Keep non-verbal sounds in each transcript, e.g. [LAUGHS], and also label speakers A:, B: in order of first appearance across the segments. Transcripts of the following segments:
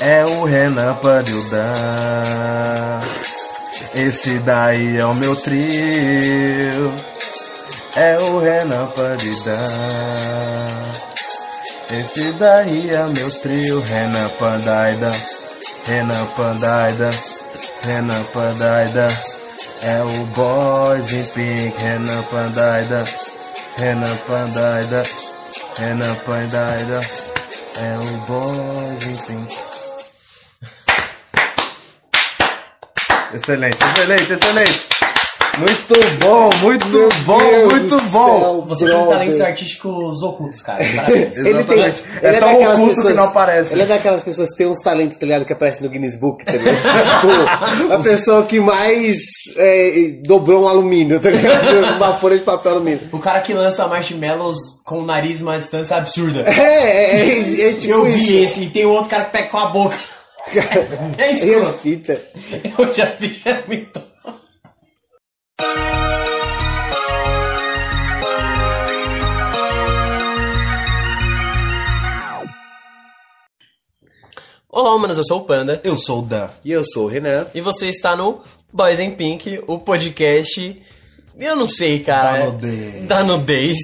A: É o Renan Panildan. Esse daí é o meu trio. É o Renan Panildan. Esse daí é o meu trio. Renan Pandaida. Renan Pandaida. Renan Pandaida. É o Boys in Pink. Renan Pandaida. Renan Pandaida. Renan Pandaida. É o Boys in Pink. Excelente, excelente, excelente. Muito bom, muito
B: Meu
A: bom,
B: Deus
A: muito
B: do
A: bom.
B: céu,
C: Você tem um
B: brother.
C: talentos artísticos ocultos, cara.
B: [LAUGHS]
C: Parabéns.
B: Ele tem.
A: Exatamente.
B: ele
A: É tão
B: daquelas
A: oculto que não aparece.
B: Ele é daquelas pessoas que tem uns talentos, tá ligado? Que aparecem no Guinness Book, tá ligado? [LAUGHS] tipo, a pessoa que mais é, dobrou um alumínio, tá ligado? [LAUGHS] Uma folha de papel alumínio.
C: O cara que lança marshmallows com o nariz uma distância absurda.
B: É, é, é, é tipo
C: Eu
B: isso.
C: vi esse. E tem outro cara que pega com a boca. [LAUGHS] É isso,
B: É
C: mano.
B: fita.
C: Eu já vi. É muito... Olá, humanos. Eu sou o Panda.
A: Eu sou o Dan.
B: E eu sou o Renan.
C: E você está no Boys in Pink, o podcast. Eu não sei, cara.
A: Da nudez.
C: Da nudez.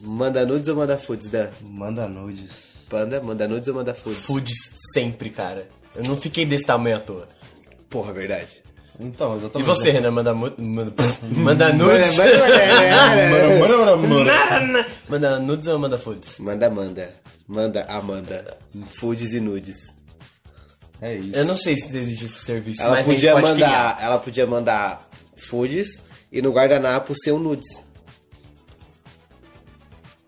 B: Manda nudes ou manda foods, Dan?
A: Manda nudes.
B: Panda, manda nudes ou manda foods?
C: Foods sempre, cara. Eu não fiquei desse tamanho à toa.
B: Porra, verdade.
A: Então,
C: E
A: exatamente.
C: você, Renan,
B: [LAUGHS]
C: manda, mu- manda, manda nudes?
B: Manda, manda, manda.
A: Mano, mano, mano.
C: manda nudes ou manda foods?
B: Manda Amanda. Manda Amanda. Foods e nudes.
A: É isso.
C: Eu não sei se existe esse serviço,
B: Ela
C: mas
B: podia
C: a gente pode
B: mandar, ela podia mandar foods e no guardanapo ser um nudes.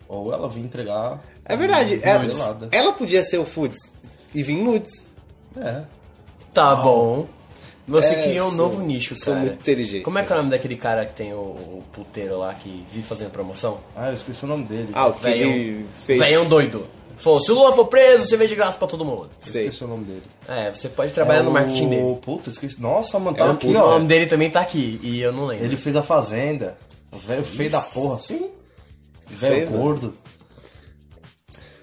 A: Ou ela vem entregar.
B: É
A: Hum,
B: verdade. Ela,
A: Nudes.
B: ela podia ser o foods e vir nudes.
A: É.
C: criar. Tá bom. Você
B: É,
C: criou um
B: sou-
C: novo nicho, cara.
B: sou muito inteligente.
C: Como é que é o nome daquele cara que tem o, o puteiro lá que vive fazendo promoção?
A: Ah, eu esqueci o nome dele.
B: Ah, o que
C: Venham-
B: ele fez.
C: Venham doido. Falou, se o Lula for preso, você vê de graça pra todo mundo.
A: eu
B: Sei.
A: esqueci o nome dele.
C: É, você pode trabalhar
A: É
C: no marketing
A: o-
C: dele. É
A: Puta, esqueci. Nossa, mano,
C: O
A: tá aqui, ó.
C: nome dele também tá aqui, e eu não lembro.
A: Ele fez a fazenda. O velho feio da porra, sim. Velho
B: Feio, né?
A: gordo.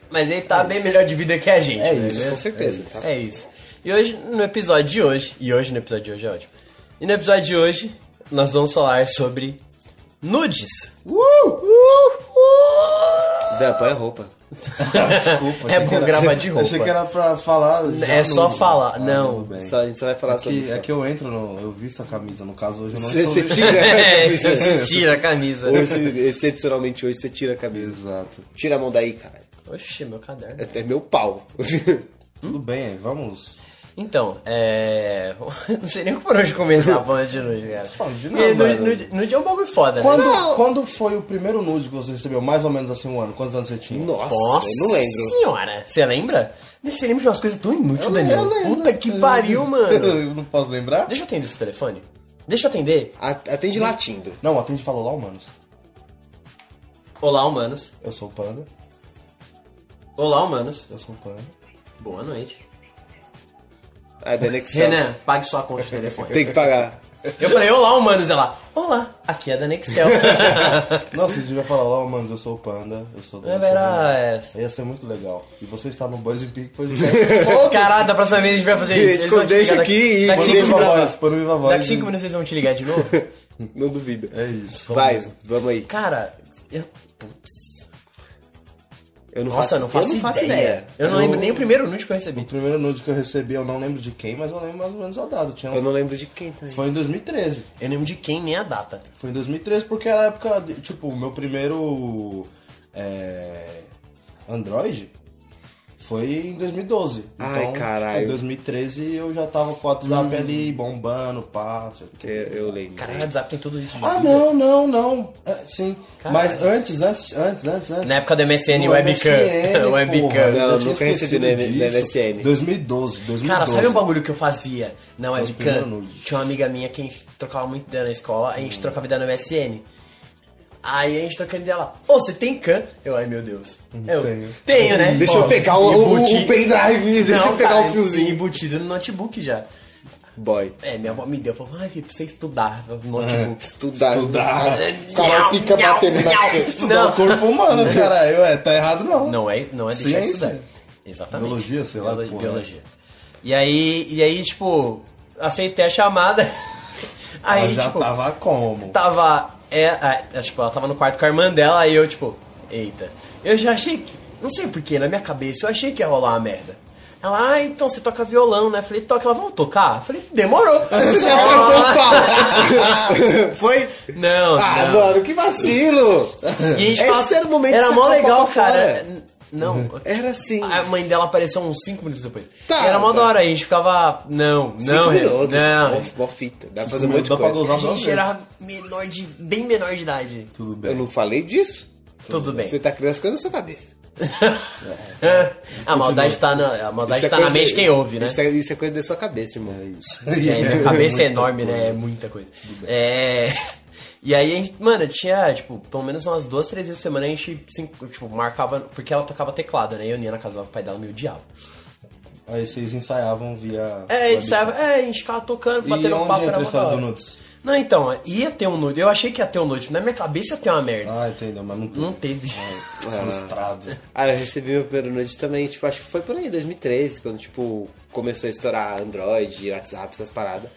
C: Mas ele tá bem melhor de vida que a gente.
A: É
C: né?
A: isso.
B: Com certeza. tá?
C: É isso. E hoje, no episódio de hoje, e hoje no episódio de hoje é ótimo. E no episódio de hoje, nós vamos falar sobre nudes. Uh,
B: Dan, põe a roupa.
A: Desculpa.
C: É
A: achei que
C: bom
A: era- [LAUGHS]
C: gravar de roupa.
A: Achei que era pra falar. já
C: É
A: no- Ah,
C: só falar, não.
A: tudo bem.
B: Só, a gente só vai falar
A: É
B: sobre
A: que,
B: isso.
A: é que eu entro no. Eu visto a camisa, no caso hoje eu não
B: Você,
A: estou.
B: [LAUGHS] você
A: vestido.
B: tira
C: É,
B: a camisa.
C: [LAUGHS] você tira a camisa.
B: Hoje, excepcionalmente hoje, você tira a camisa.
A: Exato.
B: Tira a mão daí, cara.
C: Oxi, meu caderno.
B: É meu pau. [LAUGHS]
A: Tudo bem, vamos.
C: Então, é. [LAUGHS] Não sei nem por onde começar falando de nude, cara.
A: Falando de
C: E
A: nada,
C: nude,
A: mano.
C: nude- nude é um bagulho foda, né?
A: Quando, quando foi o primeiro nude que você recebeu? Mais ou menos assim, um ano? Quantos anos você tinha?
B: Nossa,
C: Nossa
B: eu não lembro.
C: senhora, você lembra? Você lembra de umas coisas tão inúteis,
A: Eu
C: Danilo?
A: lembro.
C: Puta que pariu,
A: [LAUGHS]
C: mano.
A: Eu não posso lembrar?
C: Deixa eu atender seu telefone. Deixa eu atender.
B: A- Atende latindo.
A: Não, atende e falou lá, humanos.
C: Olá, humanos.
A: Eu sou o Panda.
C: Olá, humanos.
A: Eu sou o Panda.
C: Boa noite.
B: A Danexão.
C: Renan, pague sua conta de telefone.
B: tá. Tem que pagar.
C: Eu falei, olá, humanos. Ela, olá, aqui é da
A: [LAUGHS]
C: Nextel.
A: Nossa, você devia falar lá, humanos. Eu sou o Panda. Eu sou o Dan, eu sou o Renan.
C: Era essa.
A: Ia ser muito legal. E você está no Boys in Peak
B: [LAUGHS]
A: é. Podcast.
C: Caralho, da próxima vez a gente vai fazer isso. Eles vão te
B: Deixa
C: ligar
B: aqui e
C: daqui,
A: Põe
C: daqui
A: no
B: deixa
C: cinco
A: Viva
B: pra
C: minutos.
A: Voz, põe no Viva Voz.
C: Daqui cinco minutos eles vão te ligar
A: [LAUGHS]
C: de novo.
B: Não duvido.
A: É isso.
B: Vai, vamos aí.
C: Cara, eu...
B: Eu não
C: Nossa,
B: faço,
C: eu não faço,
B: eu não faço
C: ideia.
B: ideia.
C: Eu não lembro nem o primeiro nude que eu recebi.
A: O primeiro nude que eu recebi, eu não lembro de quem, mas eu lembro mais ou menos a data. Tinha
B: Eu
A: uns...
B: não lembro de quem tá também.
A: Foi em 2013.
C: Eu não lembro de quem nem a data.
A: Foi em 2013 porque era a época, de, tipo, o meu primeiro é, Android foi em 2012.
B: Ai,
A: então,
B: caralho.
A: tipo, em 2013 eu já tava com o WhatsApp ali bombando, pá, não sei o
B: Eu,
A: quê.
B: eu lembro.
C: Caralho, o WhatsApp tem tudo isso. de
A: Ah,
C: vida.
A: não, não, não. É, sim.
C: Caralho.
A: Mas antes, antes, antes, antes, antes.
C: Na época do MSN
A: No
C: Webcam. [LAUGHS]
A: MSN, porra,
B: Não,
C: Webcam.
A: eu já tinha
B: nunca recebi
A: esquecido
B: no M- no
A: disso.
B: MSN.
A: 2012, 2012.
C: Cara, sabe um bagulho que eu fazia na
A: os primeiros
C: webcam?
A: nudes.
C: Tinha uma amiga minha que a gente trocava muito ideia na escola, a
B: Hum.
C: gente trocava ideia no MSN. Aí a gente trocando ideia lá, ô, você tem can? Eu, ai meu Deus. Eu
A: tenho.
C: tenho, né?
B: Deixa
C: Ó,
B: eu pegar o, o,
C: embutido-
B: o pendrive, deixa
C: Não,
B: eu pegar
C: cara, é
B: o fiozinho.
C: Embutido no notebook já.
B: Boy,
C: É, minha avó me deu, falou, ai, filho, pra você estudar no
B: É.
C: notebook.
B: estudar.
A: Estudar.
B: O cara fica batendo na
C: Não.
A: Estudar o corpo humano, cara. Eu, é, tá errado não.
C: Não é, não é deixar de
A: Ciência.
C: estudar. Exatamente.
A: Biologia, sei lá,
C: Biolo-
A: porra.
C: Biologia. E aí, e aí, tipo, aceitei a chamada. [LAUGHS] Aí,
A: ela já
C: tipo,
A: tava como?
C: tava. É, a- é, tipo, ela tava no quarto com a irmã dela, aí eu, tipo, eita. Eu já achei que. Não sei porquê, na minha cabeça, eu achei que ia rolar uma merda. Ela, ah, então você toca violão, né? Falei, toca, ela, vamos tocar? Falei, demorou.
B: Você acertou o
C: [LAUGHS]
B: pau. Foi?
C: Não,
B: Ah,
C: não.
B: mano, que vacilo.
C: E a gente
B: Esse
C: falava-
B: era o momento de
C: Era
B: sacar
C: mó
B: o
C: legal,
B: papo
C: cara. Ah,
B: fora.
C: N- Não.
B: Era assim.
C: A mãe dela apareceu uns 5 minutos depois.
B: Tá,
C: era
B: tá.
C: mó da hora, a gente ficava. Não,
B: Cinco
C: não, Renan,
B: minutos,
C: não.
B: mó- mó fita. Dá pra fazer um monte de
A: Dá pra
B: coisa.
A: gozar.
C: A gente era menor de. bem menor de idade.
A: Tudo
B: Eu
A: bem.
B: não falei disso.
C: Tudo bem.
B: Você tá criando as coisas na sua cabeça.
C: a maldade tá na, a maldade
B: Isso é
C: tá na
B: coisa
C: mente
B: de-
C: de quem ouve, né?
B: Isso é, isso é coisa da sua cabeça, irmão.
C: E aí, minha cabeça é enorme, né? É muita coisa. É. [LAUGHS] E aí, a gente, mano, tinha, tipo, pelo menos umas duas, três vezes por semana a gente, assim, tipo, marcava. Porque ela tocava teclado, né? Eu ia na casa do pai dela, me odiava.
A: Aí vocês ensaiavam via.
C: É, a gente,
A: webcam.
C: saiava, é, a gente ficava tocando,
A: E
C: batendo
A: onde
C: papo,
A: entra
C: era
A: a
C: mó
A: história
C: da
A: do
C: hora.
A: nudes?
C: Não, então, ia ter um nude. Eu achei que ia ter um nude. Na minha cabeça ia ter uma merda.
A: Ah, entendeu, mas não
C: Não
A: tem.
C: teve.
A: Frustrado.
B: [LAUGHS] Ah, eu recebi meu primeiro nude também, tipo, acho que foi por aí, 2013, quando, tipo, começou a estourar Android, WhatsApp, essas paradas.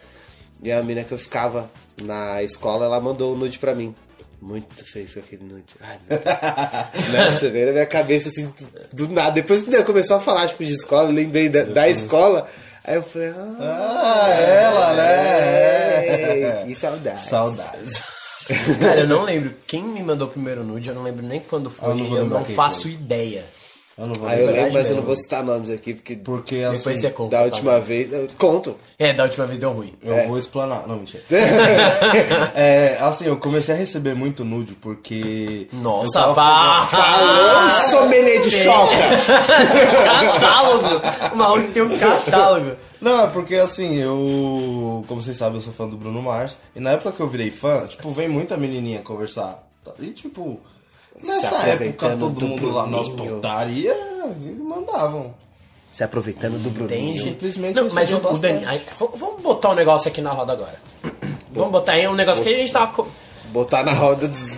B: E a mina que eu ficava na escola, ela mandou o nude pra mim. Muito feliz com aquele nude. Ai, meu
C: [LAUGHS]
B: Deus. Nossa, veio na minha cabeça, assim, do nada. Depois que eu começou a falar, tipo, de escola, eu lembrei da,
C: Uhum.
B: da escola. Aí eu falei, ah,
A: Ah, ela,
B: é,
A: né?
B: que saudade.
A: Saudades.
C: [LAUGHS] Cara, eu não lembro quem me mandou o primeiro nude, eu não lembro nem quando foi,
A: Ah, eu não vou
C: eu
A: lembrar
C: não
A: quem
C: faço ideia.
A: Eu não vou
B: Aí Ah, eu
A: lembrar.
B: lembro, mas eu
C: mesmo.
B: não vou citar nomes aqui, porque
A: Porque
C: Depois
A: assim,
C: você conta.
B: da
C: tá?
B: última vez... Eu conto. [LAUGHS]
C: É, da última vez deu ruim.
A: eu vou explanar. Não, mentira. é, assim, eu comecei a receber muito nude porque. eu
C: Nossa,
A: tava
C: vá! Ah!
B: Alô, sommelier de choca!
C: catálogo! O maluco tem um catálogo.
A: Não, é porque assim, eu. Como vocês sabem, eu sou fã do Bruno Mars. E na época que eu virei fã, tipo, vem muita menininha conversar. tá? E tipo. Nessa época,
B: aproveitando
A: todo
B: do
A: mundo lá nas
B: Bruninho.
A: putaria e mandavam.
B: Se aproveitando do Bruninho.
C: Entende?
A: Simplesmente
C: Não, mas o,
A: recebeu
C: o Dani. aí, v- vamos botar um negócio aqui na roda agora. Vamos botar aí um negócio que a gente tava. co-
B: Botar na roda dos...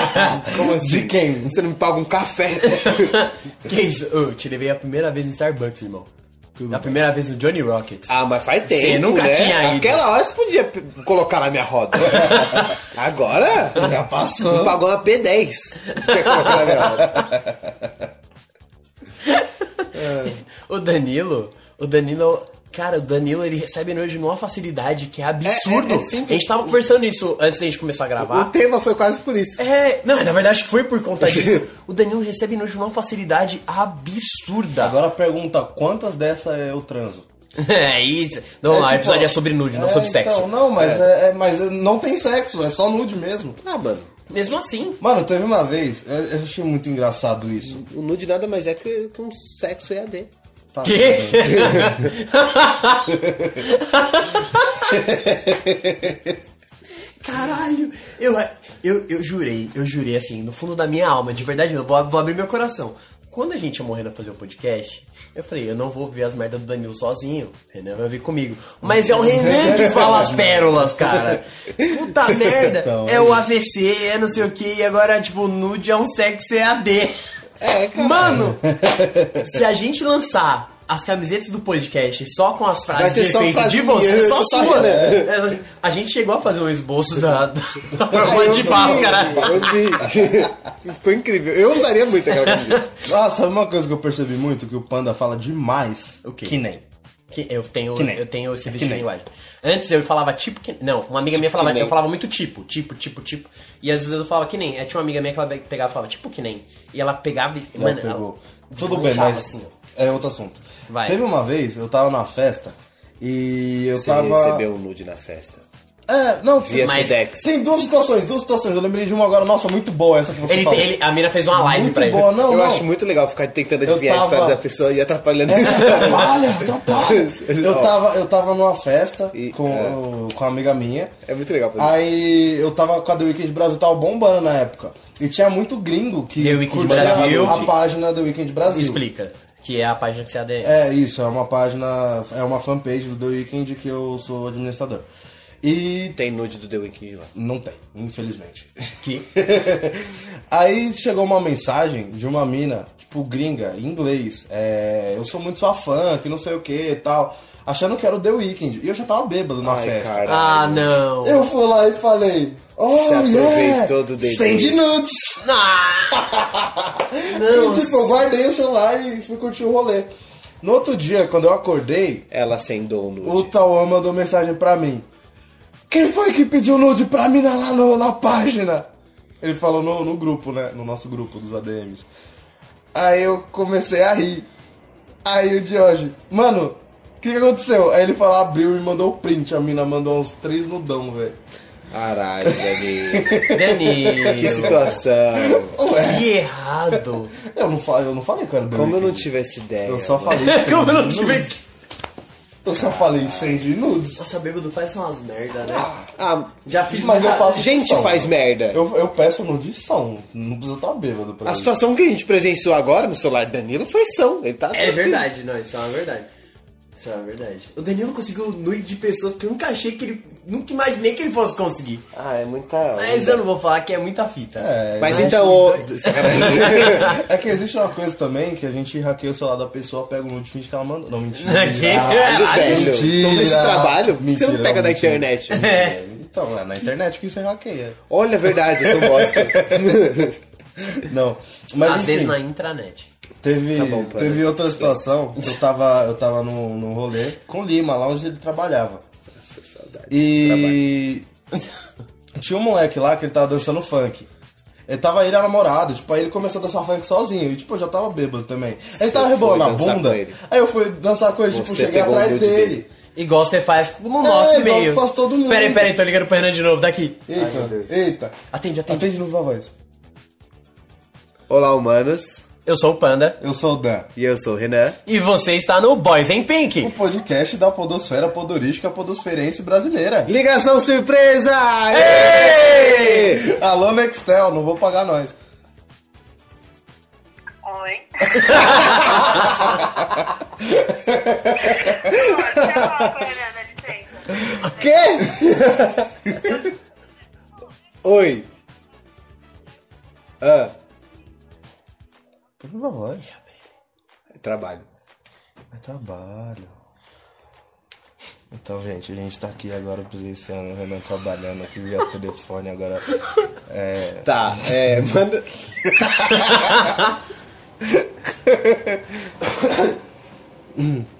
C: [LAUGHS]
B: Como assim?
A: De quem?
B: Você não me paga um
C: [LAUGHS]
B: café?
C: Que isso? Eu te levei a primeira vez no Starbucks, irmão. a primeira vez no Johnny Rockets.
B: ah, mas faz tempo,
C: Você nunca
B: né?
C: tinha ido.
B: Aquela hora você podia p- colocar na minha roda.
C: [LAUGHS]
B: Agora... Já
A: passou.
B: Me pagou uma P10. Quer colocar na minha roda.
C: O Danilo, o Danilo. Cara, o Danilo ele recebe nojo numa facilidade que é absurdo.
B: É, é, é simples.
C: a gente tava conversando isso antes da gente começar a
B: O
C: gravar.
B: tema foi quase por isso.
C: É, não, na verdade acho que foi por conta disso. O Danilo recebe nojo numa facilidade absurda.
A: Agora pergunta, quantas dessa é o transo?
C: [LAUGHS] É isso. Não,
A: É,
C: o
A: tipo,
C: episódio é sobre nude, não
A: é,
C: sobre sexo.
A: Então, não, mas, é- é- mas não tem sexo, é só nude mesmo.
B: Ah, mano.
C: Mesmo assim,
A: Mano, teve uma vez, eu, eu achei muito engraçado isso.
B: O nude nada mais é que, que um sexo EAD.
A: Tá,
C: Que? [LAUGHS] Caralho, eu, eu, eu jurei, eu jurei assim, no fundo da minha alma, de verdade, eu vou, vou abrir meu coração. Quando a gente ia morrendo a fazer o podcast, eu falei, eu não vou ver as merdas do Danilo sozinho. O Renan vai vir comigo. Mas é o Renan que fala as pérolas, cara. Puta merda,
A: Então,
C: é o AVC, é não sei o que, e agora, tipo, nude é um sexo EAD.
B: É, cara.
C: Mano, se a gente lançar as camisetas do podcast só com as frases
B: Vai
C: de
B: ser só
C: efeito
B: frase
C: de
B: minha,
C: você, só
B: só
C: sua,
B: minha,
C: É, a gente chegou a fazer um esboço da, da, da prova
B: Aí eu
C: de né?
B: vi,
C: máscara.
B: eu vi. [LAUGHS] Ficou incrível. Eu usaria muito aquela camiseta.
A: Ah, sabe uma coisa que eu percebi muito? Que o Panda fala demais.
C: O quê?
A: Que nem.
C: Que eu tenho,
A: Que nem.
C: eu tenho esse
A: É que
C: vício de
A: nem.
C: linguagem. Antes eu falava tipo que. Não, uma amiga minha falava.
B: que nem.
C: Eu falava muito tipo, tipo, tipo, tipo. E às vezes eu falava que nem. Aí tinha uma amiga minha que ela pegava e falava tipo que nem. E ela pegava e.
A: Ela
C: mano,
A: pegou.
C: ela
A: Tudo bem,
C: desmanchava
A: mas
C: assim, ó.
A: é outro assunto.
C: Vai.
A: Teve uma vez, eu tava na festa e eu
B: Você
A: tava...
B: recebeu um nude na festa.
A: É, não,
B: Via
C: Mas-
B: Sedex.
A: tem duas situações, duas situações. Eu lembrei de uma agora, nossa, muito boa essa que você
C: Ele,
A: falou.
C: ele- a mina fez uma live
A: muito
C: pra ele.
A: boa, não,
B: eu
A: não.
B: acho muito legal ficar tentando
A: Eu
B: adivinhar
A: tava-
B: a história da pessoa e
A: [LAUGHS]
B: atrapalhando a história.
A: Atrapalha,
C: então
A: atrapalha. Eu tava, eu tava numa festa
B: E-
A: com, com uma amiga minha.
B: É muito legal fazer
A: Aí eu tava com a The Weeknd Brasil, tava bombando na época. E tinha muito gringo que
C: The Weeknd
A: curtia
C: Brasil.
A: a página The Weeknd Brasil.
C: Explica. Que é a página que você ADM.
A: É isso, é uma página, é uma fanpage do The Weeknd que eu sou administrador. E
B: Tem nude do The Weeknd lá.
A: não tem, infelizmente.
C: Que?
A: Aí chegou uma mensagem de uma mina, tipo, gringa, em inglês. É, eu sou muito sua fã, que não sei o que e tal. Achando que era o The Weeknd. E eu já tava bêbado na
B: Ai,
A: festa.
B: cara.
C: Ah, não.
A: Eu fui lá e falei... Oh,
B: Se aproveitou
A: yeah,
B: do The
A: Send
B: Weeknd."
A: nudes!
C: Ah!
A: [LAUGHS] E,
C: Não.
A: tipo, eu guardei o celular e fui curtir o rolê. No outro dia, quando eu acordei,
B: Ela sendou o nude.
A: o Tauan mandou mensagem pra mim. Quem foi que pediu nude pra mina lá no- na página? Ele falou no, no grupo, né? No nosso grupo dos ADMs. Aí eu comecei a rir. Aí o Jorge, mano, o que, que aconteceu? Aí ele falou, abriu e mandou o print. A mina mandou uns três nudão, velho.
B: Caralho, Danilo.
A: [LAUGHS]
C: Danilo.
B: que situação.
A: Ué,
C: Que errado.
A: eu não, fa- eu não falei que era do
B: Como eu não
A: Wicked.
B: tivesse ideia.
A: Eu só
B: mano.
A: falei.
B: [LAUGHS]
C: Como eu não
A: send
C: tive
A: nudes. Eu só falei sem de nudes.
C: Nossa, bêbado faz umas merda, né?
B: Ah,
C: Já fiz
A: Mas eu
C: muita-
A: faço
B: gente
A: som.
B: faz merda.
A: Eu, eu peço nudição. Não precisa estar bêbado pra
B: A
A: isso.
B: situação que a gente presenciou agora no celular do Danilo foi são. Ele tá
C: É verdade, não, isso é uma verdade. Isso é uma verdade. O Danilo conseguiu nude de pessoas que eu nunca achei que ele. Nunca imaginei que ele fosse conseguir.
B: Ah, é muita.
C: Mas eu não vou falar que é muita fita. [LAUGHS]
A: É,
B: Mas
A: né?
B: então. ô- Sacanagem.
A: é que existe uma coisa também que a gente hackeia o celular da pessoa, pega o nude e finge que ela mandou. Não,
C: [LAUGHS]
A: mentira.
B: Caralho,
A: [LAUGHS]
B: velho.
A: Mentira.
B: Todo Então, esse trabalho por que você não
A: Mentira,
B: pega da
A: mentira.
B: internet.
A: É, Então, é na internet que você hackeia.
B: Olha a verdade, eu sou um bosta. [LAUGHS]
A: Não. Mas
C: Às
A: enfim,
C: vezes na intranet.
A: teve,
B: Tá bom, pai.
A: teve outra situação que eu tava, eu tava num, num rolê com o Lima, lá onde ele trabalhava.
B: Nossa, saudade.
A: E tinha um moleque lá que ele tava dançando funk. Ele tava ele e a namorada, tipo, aí ele começou a dançar funk sozinho. E tipo, eu já tava bêbado também. Aí ele tava
B: foi
A: rebolando a
B: dançar
A: bunda.
B: com ele.
A: Aí eu fui dançar com ele, tipo,
B: Você
A: cheguei
B: pegou o
A: atrás
B: nude
A: dele.
B: dele.
C: Igual você faz no
A: É,
C: nosso
A: igual
C: meio.
A: eu faço todo mundo.
C: Peraí, peraí, tô ligando pro Renan de novo, daqui.
B: meu
A: Eita,
B: Deus.
A: eita.
C: Atende, atende.
A: Atende no viva voz.
B: Olá, humanos.
C: Eu sou o Panda.
A: Eu sou o Dan.
B: E eu sou o Renan.
C: E você está no Boys in
A: O
C: Pink.
A: podcast da Podosfera Podorística Podosferense Brasileira. [LAUGHS]
B: Ligação surpresa! Aê!
A: Alô, Nextel, não vou pagar nós.
D: Oi. Deixa eu falar com a Helena, licença.
B: Quê? Oi. Ah,
A: Viva voz.
B: trabalho.
A: É trabalho. Então, gente, a gente tá aqui agora presenciando o Renan trabalhando aqui [LAUGHS] via telefone agora. É,
B: Tá, é, manda.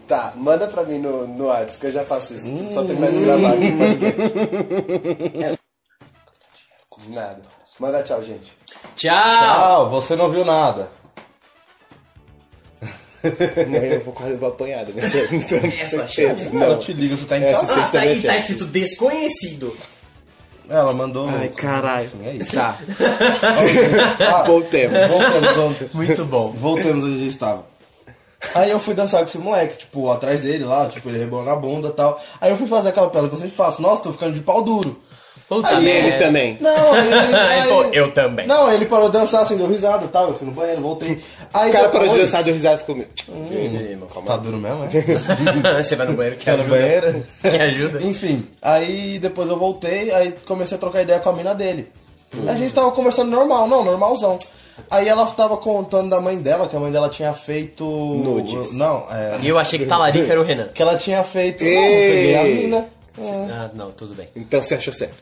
B: tá, manda pra mim no, no WhatsApp que eu já faço isso. Só tem mais de gravar aqui. pode ver. De Nada. Manda tchau, gente.
C: Tchau.
A: Ah, você não viu nada.
B: Eu vou quase vou apanhado, né?
C: É sua chave?
A: Ela te liga, você tá em
B: É,
A: casa.
B: você-
C: Ah, tá aí,
B: Assistência.
C: tá escrito desconhecido.
A: Ela mandou.
B: Ai, caralho.
A: Enfim, é [LAUGHS] isso.
B: Tá,
A: Ah,
B: bom tempo.
A: voltamos ontem.
C: Muito bom.
A: Voltamos onde a gente tava. Aí eu fui dançar com esse moleque, tipo, atrás dele lá, tipo, ele rebolou na bunda e tal. Aí eu fui fazer aquela pedra que eu sempre faço, nossa, tô ficando de pau duro.
C: Puta
B: E ele
C: merda.
B: também.
A: Não,
C: [LAUGHS]
A: ele. aí-
C: Ele falou, "Eu também."
A: Não, ele parou de dançar assim, deu risada e tal. Eu fui no banheiro, voltei. Aí
B: O cara
A: depois-
B: parou de dançar, deu risada e ficou meio...
A: Tá duro mesmo,
B: [LAUGHS]
A: é?
C: [LAUGHS] Você vai no banheiro que
A: Tá no
C: ajuda.
A: banheiro?
C: Que ajuda.
A: Enfim, aí depois eu voltei, aí comecei a trocar ideia com a mina dele. A gente tava conversando normal, não, normalzão. Aí ela tava contando da mãe dela, que a mãe dela tinha feito.
B: Nudes.
A: Não, é.
C: E eu achei que talarica era o Renan.
A: Que ela tinha feito. Não, eu
B: Ei!
A: peguei a mina. É.
C: Ah, não, tudo bem.
B: Então você achou [LAUGHS] certo.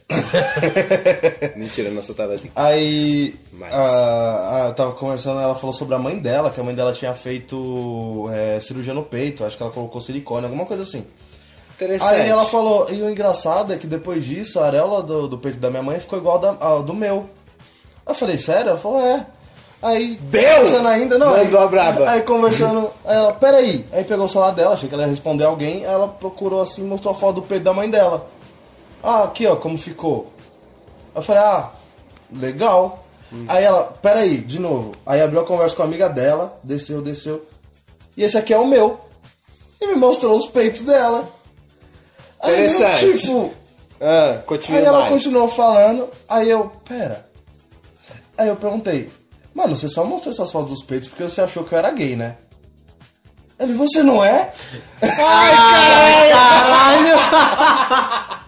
B: Mentira, nossa tava assim.
A: Aí
B: Mas-
A: a- a- eu tava conversando, ela falou sobre a mãe dela, que a mãe dela tinha feito é, cirurgia no peito, acho que ela colocou silicone, alguma coisa assim.
B: Interessante.
A: Aí ela falou, e o engraçado é que depois disso a areola do, do peito da minha mãe ficou igual da, a do meu. Eu falei, sério? Ela falou, é. Aí,
B: Deu!
A: conversando ainda, não.
B: Mandou
A: aí-
B: a braba.
A: Aí conversando, aí ela, peraí. Aí pegou o celular dela, achei que ela ia responder alguém, aí ela procurou assim, mostrou a foto do peito da mãe dela. Ah, aqui ó, como ficou. Eu falei, ah, legal.
B: Hum.
A: Aí ela, peraí, de novo. Aí abriu a conversa com a amiga dela, desceu, desceu. E esse aqui é o meu. E me mostrou os peitos dela. Aí eu,
B: Interessante.
A: tipo,
B: Ah, continua
A: aí ela
B: mais.
A: continuou falando, aí eu, pera. Aí eu perguntei, mano, você só mostrou essas fotos dos peitos porque você achou que eu era gay, né? Ele, você
B: [LAUGHS]
A: não é? Ai, caralho!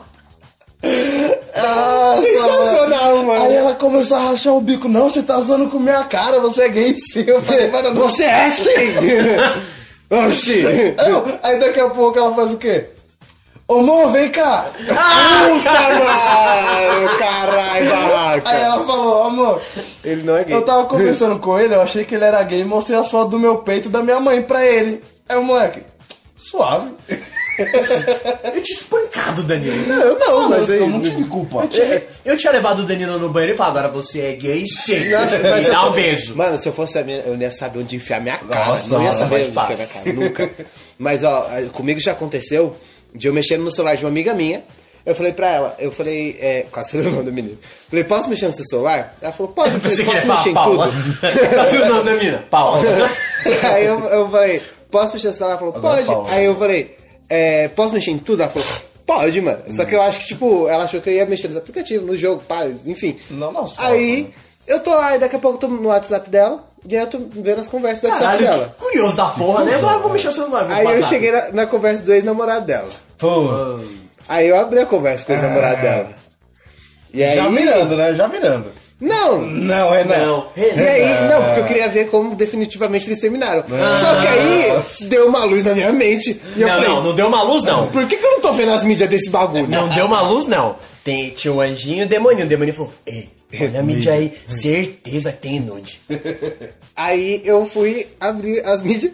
A: [LAUGHS] Ah,
B: Sensacional,
A: sua-
B: mano.
A: Aí ela começou a rachar o bico. Não, você tá zoando com minha cara, você é gay sim. Eu falei, mano, não.
B: Você é sim! [LAUGHS] Oxi!
A: Não, Aí daqui a pouco ela faz o quê? Ô, amor, vem cá.
B: Puta, mano! Caralho,
A: Aí
B: barraca!
A: ela falou, amor,
B: Ele não é gay.
A: eu tava conversando com ele, eu achei que ele era gay, mostrei as fotos do meu peito e da minha mãe pra ele. Aí o moleque, suave.
C: Eu tinha espancado o Danilo.
B: Eu não, mas aí.
A: eu não tive culpa.
C: Eu tinha, eu tinha levado o Danilo no banheiro e falado, agora você é gay sim.
B: Nossa,
C: Me
B: mas se eu
C: dá um
B: fosse-
C: beijo.
B: Mano, se eu fosse a minha, eu não ia saber onde enfiar minha cara.
C: Nossa,
B: não ia
C: nossa,
B: saber onde
C: mas
B: enfiar minha cara, nunca. Mas, ó, comigo já aconteceu de eu mexendo no celular de uma amiga minha. Eu falei pra ela, eu falei, é, quase [LAUGHS] falei o nome da menina. Falei, posso mexer no seu celular? Ela falou, pode, eu
C: Eu pensei
B: falei,
C: que
B: posso mexer
C: ele ia
B: em
C: falar Paula.
B: tudo?
C: [LAUGHS] Tá viu o nome da mina? Paula.
B: [LAUGHS] Aí eu, eu falei, posso mexer no celular? Ela falou,
A: Agora
B: pode.
A: Paula.
B: Aí eu falei, é, posso mexer em tudo? Ela falou, pode, mano. Só que eu acho que, tipo, ela achou que eu ia mexer nos aplicativos, no jogo, pá, enfim.
A: Não, não, só,
B: Aí
C: né?
A: mano.
B: eu tô lá e daqui a pouco eu tô no WhatsApp dela e aí eu tô vendo as conversas do WhatsApp
C: Caralho, tipo,
B: dela.
C: que curioso da porra, né? Agora eu vou mexer no celular. vou
B: Aí eu
C: pagar.
B: cheguei na, na conversa do ex-namorado dela.
A: Pô,
B: Aí eu abri a conversa com o
C: É.
B: ex-namorado dela. E aí.
A: já mirando, né? Já mirando. É.
B: Não!
A: Não, é
C: Não,
B: E
C: É.
B: aí, não, porque eu queria ver como definitivamente eles terminaram. Só que aí deu uma luz na minha mente. E eu
C: Não,
B: falei,
C: não, não deu uma luz, não.
B: Por que, que eu não tô vendo as mídias desse bagulho?
C: Não deu uma luz, não. Tem, tinha um anjinho e o demoninho. O demoninho falou, ei, olha a mídia aí. Certeza que tem nude.
B: Aí eu fui abrir as mídias.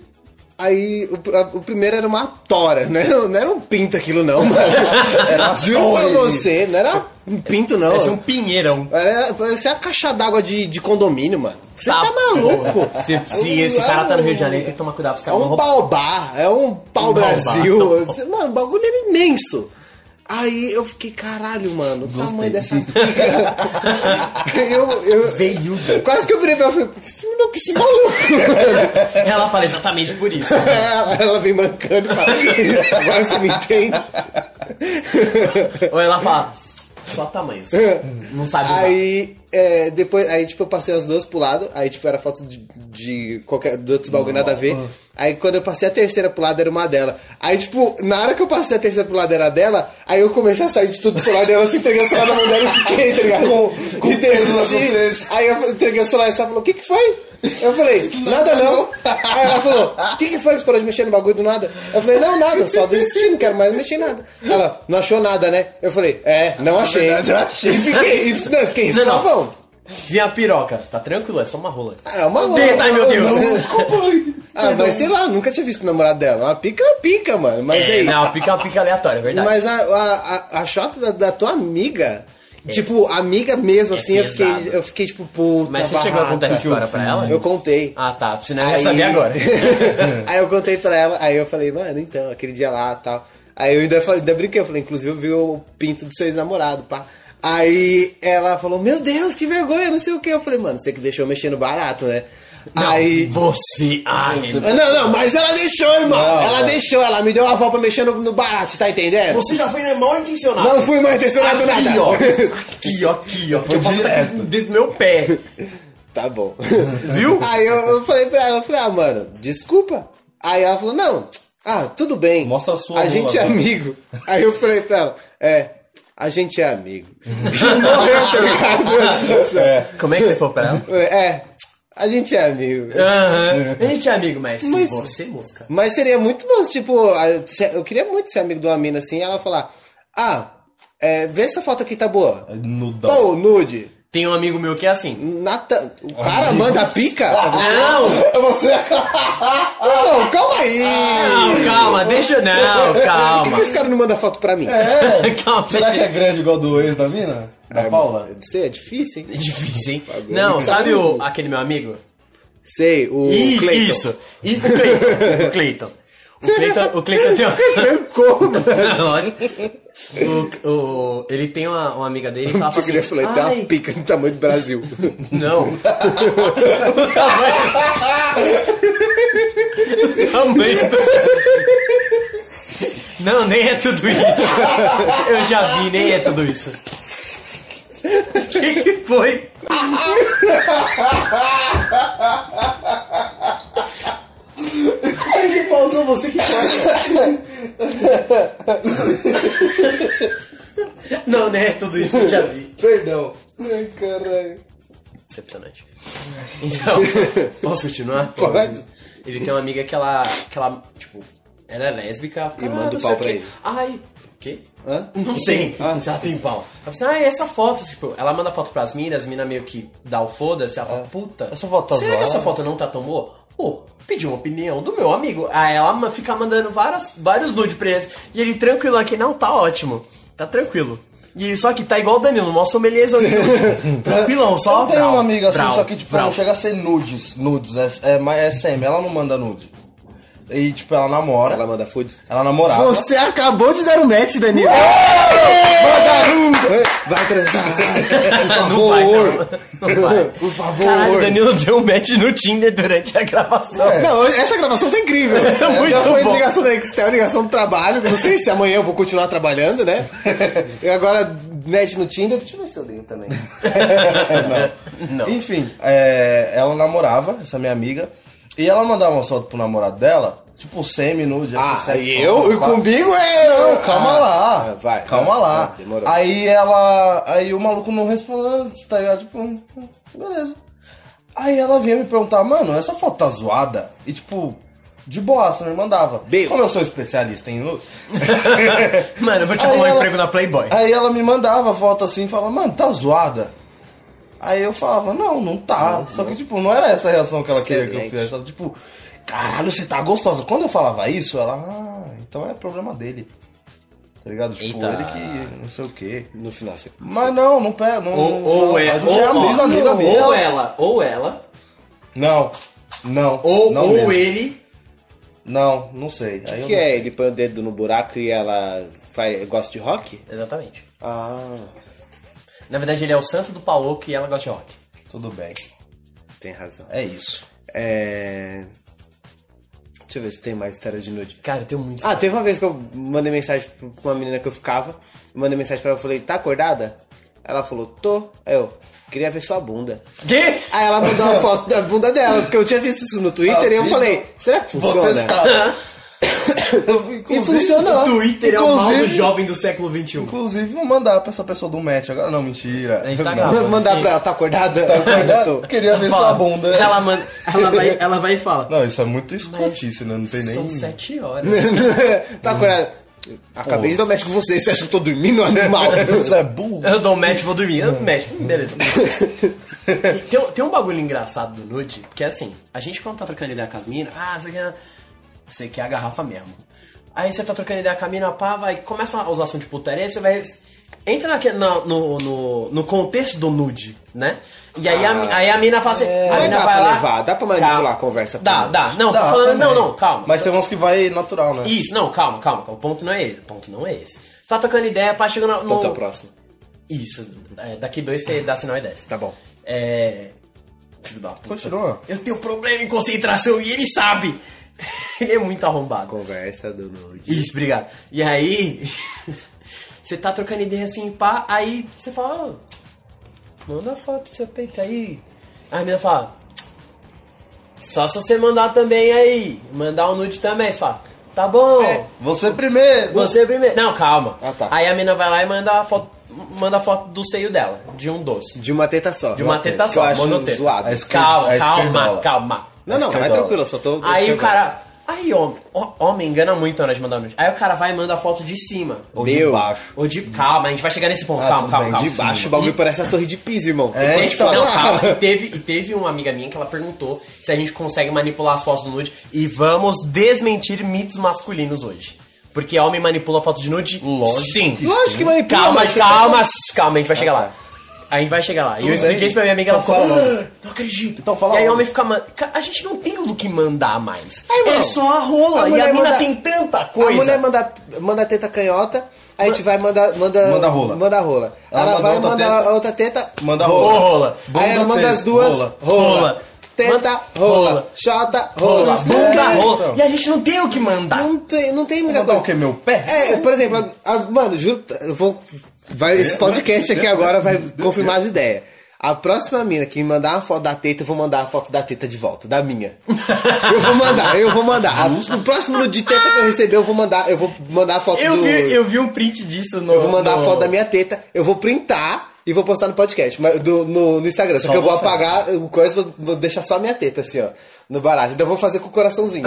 B: Aí o, a- o primeiro era uma tora, não era, não era um pinto aquilo não, mano.
C: [LAUGHS]
B: Era Juro pra
A: tora.
B: você, não era um pinto não.
C: Parece um pinheirão.
B: Era, parecia uma caixa d'água de, de condomínio, mano. Você tá,
C: [LAUGHS]
B: maluco?
C: Se, se esse cara tá no Rio de Janeiro, tem que tomar cuidado pros
B: É
C: caras não
B: um
C: roubarem.
B: pau-bar, é um pau-brasil. Mano, o bagulho era imenso. Aí eu fiquei, caralho, mano, o tamanho dessa briga. [LAUGHS] eu, eu,
C: Veiuda.
B: Quase que eu virei pra ela e falei, por que esse menino- que esse maluco? [LAUGHS]
C: Ela fala exatamente por [LAUGHS] isso.
B: ela, ela vem mancando e fala, agora você me entende?
C: Ou ela fala, só tamanhos. Não sabe usar.
B: aí, é, depois, aí, tipo, eu passei as duas pro lado, aí, tipo, era foto de, de qualquer, do outro bagulho, nada a ver. Aí, quando eu passei a terceira pro lado, era uma dela. Aí, tipo, na hora que eu passei a terceira pro lado, era dela, aí eu comecei a sair de tudo do celular, e ela se entregou o celular na mão dela e eu fiquei, tá ligado? Com, com
A: consciência.
B: Aí eu entreguei o celular e ela falou, o que que foi? Eu falei, nada não. Aí ela falou, o que que foi que você parou de mexer no bagulho do nada? Eu falei, não, nada, só desisti, não quero mais mexer em nada. Ela, não achou nada, né? Eu falei, é, não achei.
A: verdade, eu achei.
B: E fiquei, e, não, eu fiquei
C: Não, não.
B: suavão.
C: Vinha a piroca. Tá tranquilo, é só uma rola.
B: Ah, é uma rola.
C: Deita, meu Deus.
B: Não.
C: [LAUGHS]
A: Desculpa aí.
B: Ah, mas sei lá, nunca tinha visto o namorado dela. Uma pica é uma pica, mano. Mas
C: É,
B: aí.
C: não, pica pica aleatória, é verdade.
B: Mas a, a, a- a chata da, da tua amiga. Tipo, amiga mesmo,
C: É
B: assim, eu
C: pesado.
B: fiquei, eu fiquei tipo, puta.
C: Mas você chegou a contar essa
B: barraca.
C: história pra ela?
B: Eu contei.
C: Ah, tá. Senão ela ia saber [LAUGHS] agora.
B: [LAUGHS] aí eu contei pra ela, aí eu falei, mano, então, aquele dia lá tal. Aí eu ainda, falei- ainda brinquei, eu falei, inclusive eu vi o pinto do seu ex-namorado, pá. Aí ela falou, meu Deus, que vergonha, não sei o que. Eu falei, mano, você que deixou mexendo barato, né?
C: Não,
B: aí.
C: Você. Ai,
B: Não, não, mas ela deixou, irmão.
A: Não,
B: ela
A: não.
B: deixou, ela me deu a avó pra mexer no, no barato, você tá entendendo?
C: você já foi né, mal intencionado.
B: Não fui mais intencionado
C: Aqui,
B: nada.
C: ó. Aqui, ó, aqui, ó. Porque eu posso estar
A: direto.
C: com o dedo no meu pé.
B: Tá
A: [LAUGHS]
B: bom.
C: Viu?
B: Aí eu, eu falei pra ela, eu falei, ah, mano, desculpa. Aí ela falou, não, ah, tudo bem.
A: Mostra a sua
B: A
A: rola
B: gente é
A: agora. [LAUGHS]
B: amigo. Aí eu falei pra ela, é, a gente é
A: [LAUGHS]
B: amigo. Morreu, tá ligado?
A: É.
C: Como é que você foi pra ela?
B: Eu falei, É, a gente é amigo.
C: Aham. A gente é amigo, mas, se
B: Mas-
C: você, mosca.
B: Mas seria muito bom, se, tipo, a- se- eu queria muito ser amigo de uma mina assim, e ela falar, ah, é, vê se a foto aqui tá boa.
A: Nudão.
B: Pô, nude.
C: Tem um amigo meu que é assim.
B: Natan, o cara manda
A: [LAUGHS]
B: pica?
C: Não!
A: Você
B: Não, calma aí.
A: Ah,
C: Não, calma, deixa. [LAUGHS] Não,
B: Por
C: calma.
B: que esse cara não manda foto pra mim?
A: [LAUGHS] é.
C: Calma,
A: Será que é grande igual do ex da mina? Da Paula?
B: Sei, é difícil, hein?
C: É difícil, hein? Não, sabe o, aquele meu amigo?
B: Sei, o
C: isso,
B: Cleiton. [LAUGHS]
C: isso. E o Cleiton. O Cleiton. O Cleiton, o Cleiton tem uma... [LAUGHS]
B: Trancou, mano.
C: Não, olha. o, o, ele tem uma, uma amiga dele que ela
B: Eu
C: fala
B: queria
C: assim...
B: falar, tem uma
C: "Ai,
B: pica do tamanho do Brasil. [LAUGHS]
C: Não. O tamanho... O tamanho do... Não, nem é tudo isso. Eu já vi, nem é tudo isso. O que, que foi?
B: Você que pausou, você que pode.
C: Não, né? Tudo isso eu já vi.
A: Perdão. Ai, caralho.
C: Decepcionante. Então, [LAUGHS] posso continuar?
B: É. Pode.
C: Ele tem uma amiga que ela, que ela tipo, era lésbica.
B: E
C: ah,
B: manda o pau
C: não sei
B: pra
C: quê.
B: ele.
C: Ai, o quê?
B: Hã?
C: Não sei.
B: Ah.
C: Já tem pau. Ela fala assim, ah, essa foto, tipo, ela manda foto pras minas, as minas meio que dá o foda-se, ela fala,
B: É.
C: puta,
A: Essa foto tá
C: será que
A: zoada?
C: essa foto não tá tão boa? Pô, pedi uma opinião do meu amigo. Aí ela ma- fica mandando várias, vários nude pra ele. E ele tranquilo aqui, não, tá ótimo, tá tranquilo. E ele só que tá igual o Danilo, mó sommelier
B: [LAUGHS]
C: [LAUGHS] aqui. Tranquilão, só
A: Eu tenho
C: brau,
A: uma amiga assim,
C: brau,
A: só que tipo,
C: brau.
A: não chega a ser nudes, nudes, é, é, mas é SM, ela não manda nude. E tipo, ela namora,
B: Ela
A: ela,
B: manda foods.
A: namorava.
B: Você acabou de dar um match, Danilo. Manda um. Vai transar. Por
C: Não vai,
B: favor.
C: não. Não vai.
B: Por favor.
C: Caralho, o Danilo deu um match no Tinder durante a gravação.
A: É.
B: Não, essa gravação tá incrível.
C: [LAUGHS] Muito
B: Já foi
C: bom.
B: ligação da Excel, ligação do trabalho. Não sei se amanhã eu vou continuar trabalhando,
C: [LAUGHS]
B: né? E agora, match no Tinder. Deixa eu ver se eu leio também.
C: Não.
A: Enfim, é, ela namorava, essa minha amiga, e ela mandava uma foto pro namorado dela, tipo semi-nude, essa
B: Ah,
A: sexo- um
B: e eu? E
A: pá.
B: comigo é...
A: Não, calma
B: Ah,
A: lá.
B: ah, vai.
A: Calma
B: Ah,
A: lá.
B: ah, demorou.
A: aí ela. Aí o maluco não respondeu, tá ligado? Tipo, hum, beleza. Aí ela vinha me perguntar, mano, essa foto tá zoada? E tipo, de boa, você me mandava.
B: Bem-
A: Como eu sou especialista em nude.
C: Mano, eu vou te
A: Aí
C: arrumar um
A: ela- Ah,
C: emprego na Playboy.
A: Aí ela me mandava a foto assim e falava, mano, tá zoada. Aí eu falava, não, não tá. Só que, tipo, não era essa a reação que ela queria que eu
B: Excelente.
A: fizesse. Ela, tipo, caralho, você tá gostosa. Quando eu falava isso, ela, ah, então é problema dele. Tá ligado? Tipo,
C: Eita.
A: ele que não sei o quê.
B: No final, você...
A: Mas não, não pega. Não,
C: Ou,
A: não,
C: ou, é,
A: a gente
C: ou,
A: é
C: ó,
A: amigo, amigo, amigo.
C: ou é. ela, ou ela,
A: Não, não.
C: ou,
A: não
C: ou
A: mesmo.
C: ele.
A: Não, não sei. Aí eu
B: O que
A: não
B: é?
A: sei.
B: Ele põe o dedo no buraco e ela faz... gosta de rock?
C: Exatamente.
B: Ah,
C: Na verdade, ele é o santo do Paoco e ela gosta de rock.
A: Tudo bem.
B: tem razão.
A: É isso.
B: É... Deixa eu ver se tem mais história de nude.
C: Cara, eu tenho muito.
B: Ah, teve uma vez que eu mandei mensagem pra uma menina que eu ficava. eu Mandei mensagem pra ela e falei, tá acordada? Ela falou, tô. Aí eu, queria ver sua bunda.
C: Quê?
B: Aí ela
A: [LAUGHS]
B: mandou uma foto da bunda dela, porque eu tinha visto isso no Twitter e eu falei, será
A: Tá
B: que
A: Vou
B: funciona?
A: testar.
C: [COUGHS]
B: E
A: Inclusive-
B: funcionou.
C: Twitter é o mal do
A: Inclusive-
C: jovem do século um. XXI.
A: Inclusive, vou mandar pra essa pessoa do match agora. Não, mentira.
C: A gente tá
A: Não.
C: gravando.
B: Vou Mandar pra ela, tá acordada? Tá
A: Eu queria ver sua bunda.
C: Ela, manda, ela, vai, ela vai e fala.
A: Não, isso é muito escrotice, né? Não tem nem.
C: São sete horas.
B: [LAUGHS] tá acordada. Acabei de dar um match com você, você acha que eu tô dormindo,
C: [LAUGHS]
B: animal?
A: [LAUGHS] Isso é burro.
C: Eu dou um match, vou dormir. Eu match,
B: [LAUGHS]
C: Hum, beleza. E tem, tem um bagulho engraçado do nude, que é assim, a gente quando tá trocando ideia com as minas, ah, você quer, você quer é a garrafa mesmo. Aí você tá trocando ideia com a mina, pá, vai, começa os assuntos de putaria, você vai... Entra naque- na- no, no, no contexto do nude, né? E aí, a, mi-
B: Ah.
C: aí a mina fala assim... a
B: Mas
C: mina
B: dá
C: vai
B: É. pra
C: lá,
B: levar, dá pra manipular
C: calma.
B: a conversa pro
C: Dá,
B: nude.
C: dá. Não,
A: Dá,
C: tô falando... Não,
A: também.
C: não, calma.
A: Mas tem uns que vai natural, né?
C: Isso, não, calma, calma. calma. O ponto não é esse. O ponto não é esse. Você tá trocando ideia, pá, chegando no...
B: Vamos pra próxima.
C: Isso. É, daqui dois você dá sinal e desce.
B: Tá bom.
C: É. Filho da puta.
A: Continua.
C: Eu tenho problema em concentração e ele sabe. [LAUGHS] ele é muito arrombado.
B: Conversa do nude.
C: Isso, obrigado. E aí. [LAUGHS] você tá trocando ideia assim, pá. Aí você fala. "Ô, manda a foto do seu peito aí. Aí a menina fala. Só se você mandar também aí. Mandar um nude também. Você fala. Tá bom.
A: Você primeiro.
C: Você primeiro. Não, calma.
B: É. Ah, tá.
C: Aí a menina vai lá e manda a foto, manda a foto do seio dela, de um doce.
B: De uma teta só.
C: De uma teta
B: Que eu
C: só,
B: acho
C: monoteta.
B: zoado. É
A: Aí- esquer- a
C: Calma, calma,
A: esquerdola.
C: calma.
B: Não, não,
A: Acho que
B: mas
A: agora.
B: tranquilo, eu só tô.
C: Aí o
B: observando.
C: cara. Aí, homem, ho- homem engana muito na hora de mandar nude. Aí o cara vai e manda a foto de cima.
A: Ou de
B: Meu.
A: baixo.
C: Ou de. Calma, a gente vai chegar nesse ponto.
A: Ah,
C: calma,
A: tudo
C: calma,
A: bem,
C: calma.
B: De baixo o bagulho parece a torre de pisa, irmão.
A: É,
C: Gente,
A: então.
C: tipo, não, calma. E teve, e teve uma amiga minha que ela perguntou se a gente consegue manipular as fotos do nude. E vamos desmentir mitos masculinos hoje. Porque homem manipula foto de nude?
A: Lógico
C: Sim.
A: que
B: Lógico que manipula,
C: Calma,
B: mas-
C: calma, calma, a gente vai chegar lá.
B: tá.
C: A gente vai chegar lá. E eu
A: bem.
C: expliquei isso pra minha amiga, ela
A: Então
C: falou,
A: fala logo.
C: "Ah, não acredito.
A: Então fala
C: e aí o
A: logo.
C: homem fica... man- Ca- A gente não tem o que mandar mais.
B: irmão,
C: é só a rola.
B: a
C: e a
B: mulher
C: mina
B: manda-
C: tem tanta
B: [LAUGHS] A mulher
C: coisa.
B: manda, manda teta canhota, aí a gente vai mandar. Manda,
A: Manda rola.
B: Manda rola.
A: Ela
B: Ela,
A: manda
B: vai
A: outra
B: mandar
A: teta.
B: a outra teta.
A: Manda
C: Ô,
A: rola.
C: rola.
A: Bunda,
B: aí ela manda
A: teta,
B: as duas.
A: rola.
B: Rola.
C: Rola. Manda-
B: Teta, rola.
C: rola.
B: Chota,
C: Rola,
B: rola.
C: bunda,
B: É.
C: rola. E a gente não tem o que mandar.
B: Não tem, não tem muita
A: Mandar
B: coisa.
A: o quê? Meu pé?
B: É, por exemplo,
C: É, [LAUGHS]
B: a- a- mano, juro, eu vou. Vai, esse podcast aqui agora vai confirmar as ideias. A próxima mina que me mandar uma foto da teta, eu vou mandar a foto da teta de volta, da minha. Eu vou mandar, eu vou mandar. A- o próximo nude de teta que eu receber, eu vou mandar, eu vou mandar a foto
C: Eu
B: do.
C: vi, eu vi um print disso no.
B: Eu vou mandar
C: no...
B: a foto da minha teta, eu vou printar e vou postar no podcast, mas do- no, no Instagram. Só,
C: Só
B: que eu vou
C: você.
B: apagar o coisa, vou, vou deixar só a minha teta, assim, ó. No barato. Então eu vou fazer com o
C: [LAUGHS]
B: coraçãozinho.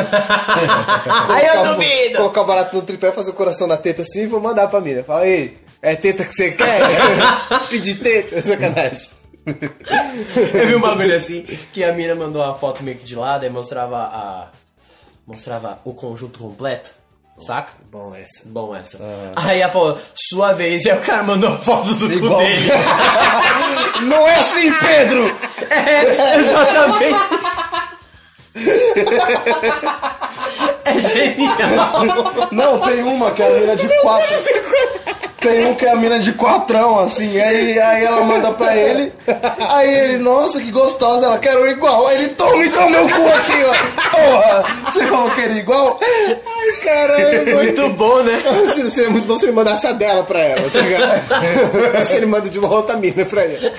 C: Aí eu
B: Colocar o-
C: duvido!
B: Colocar o barato no tripé, fazer o coração na teta assim e vou mandar pra mina. Fala aí, é teta que você quer? [LAUGHS] Pedir teta? [LAUGHS] Sacanagem.
C: [LAUGHS] Eu vi um bagulho assim, que a mina mandou a foto meio que de lado e mostrava a. Mostrava o conjunto completo, saca?
B: Bom, essa.
C: Bom essa.
B: Ah.
C: Aí ela falou, sua vez, e aí o cara mandou a foto do cu
A: Igual.
C: dele. [LAUGHS]
A: Não é assim, Pedro!
B: [LAUGHS]
C: É, exatamente. é genial.
A: Não, tem uma que é a mina de quatro. Tem um que é a mina de quatrão, assim. Aí, aí ela manda pra ele. Aí ele, nossa, que gostosa. Ela quer um igual. Aí ele, toma então meu cu aqui, ó. Porra, você falou que era igual?
B: Ai, caramba.
C: Muito bom, né?
B: Seria- Seria muito bom se ele mandasse a dela pra ela, tá ligado?
C: [LAUGHS]
B: se ele manda de uma outra mina pra ela.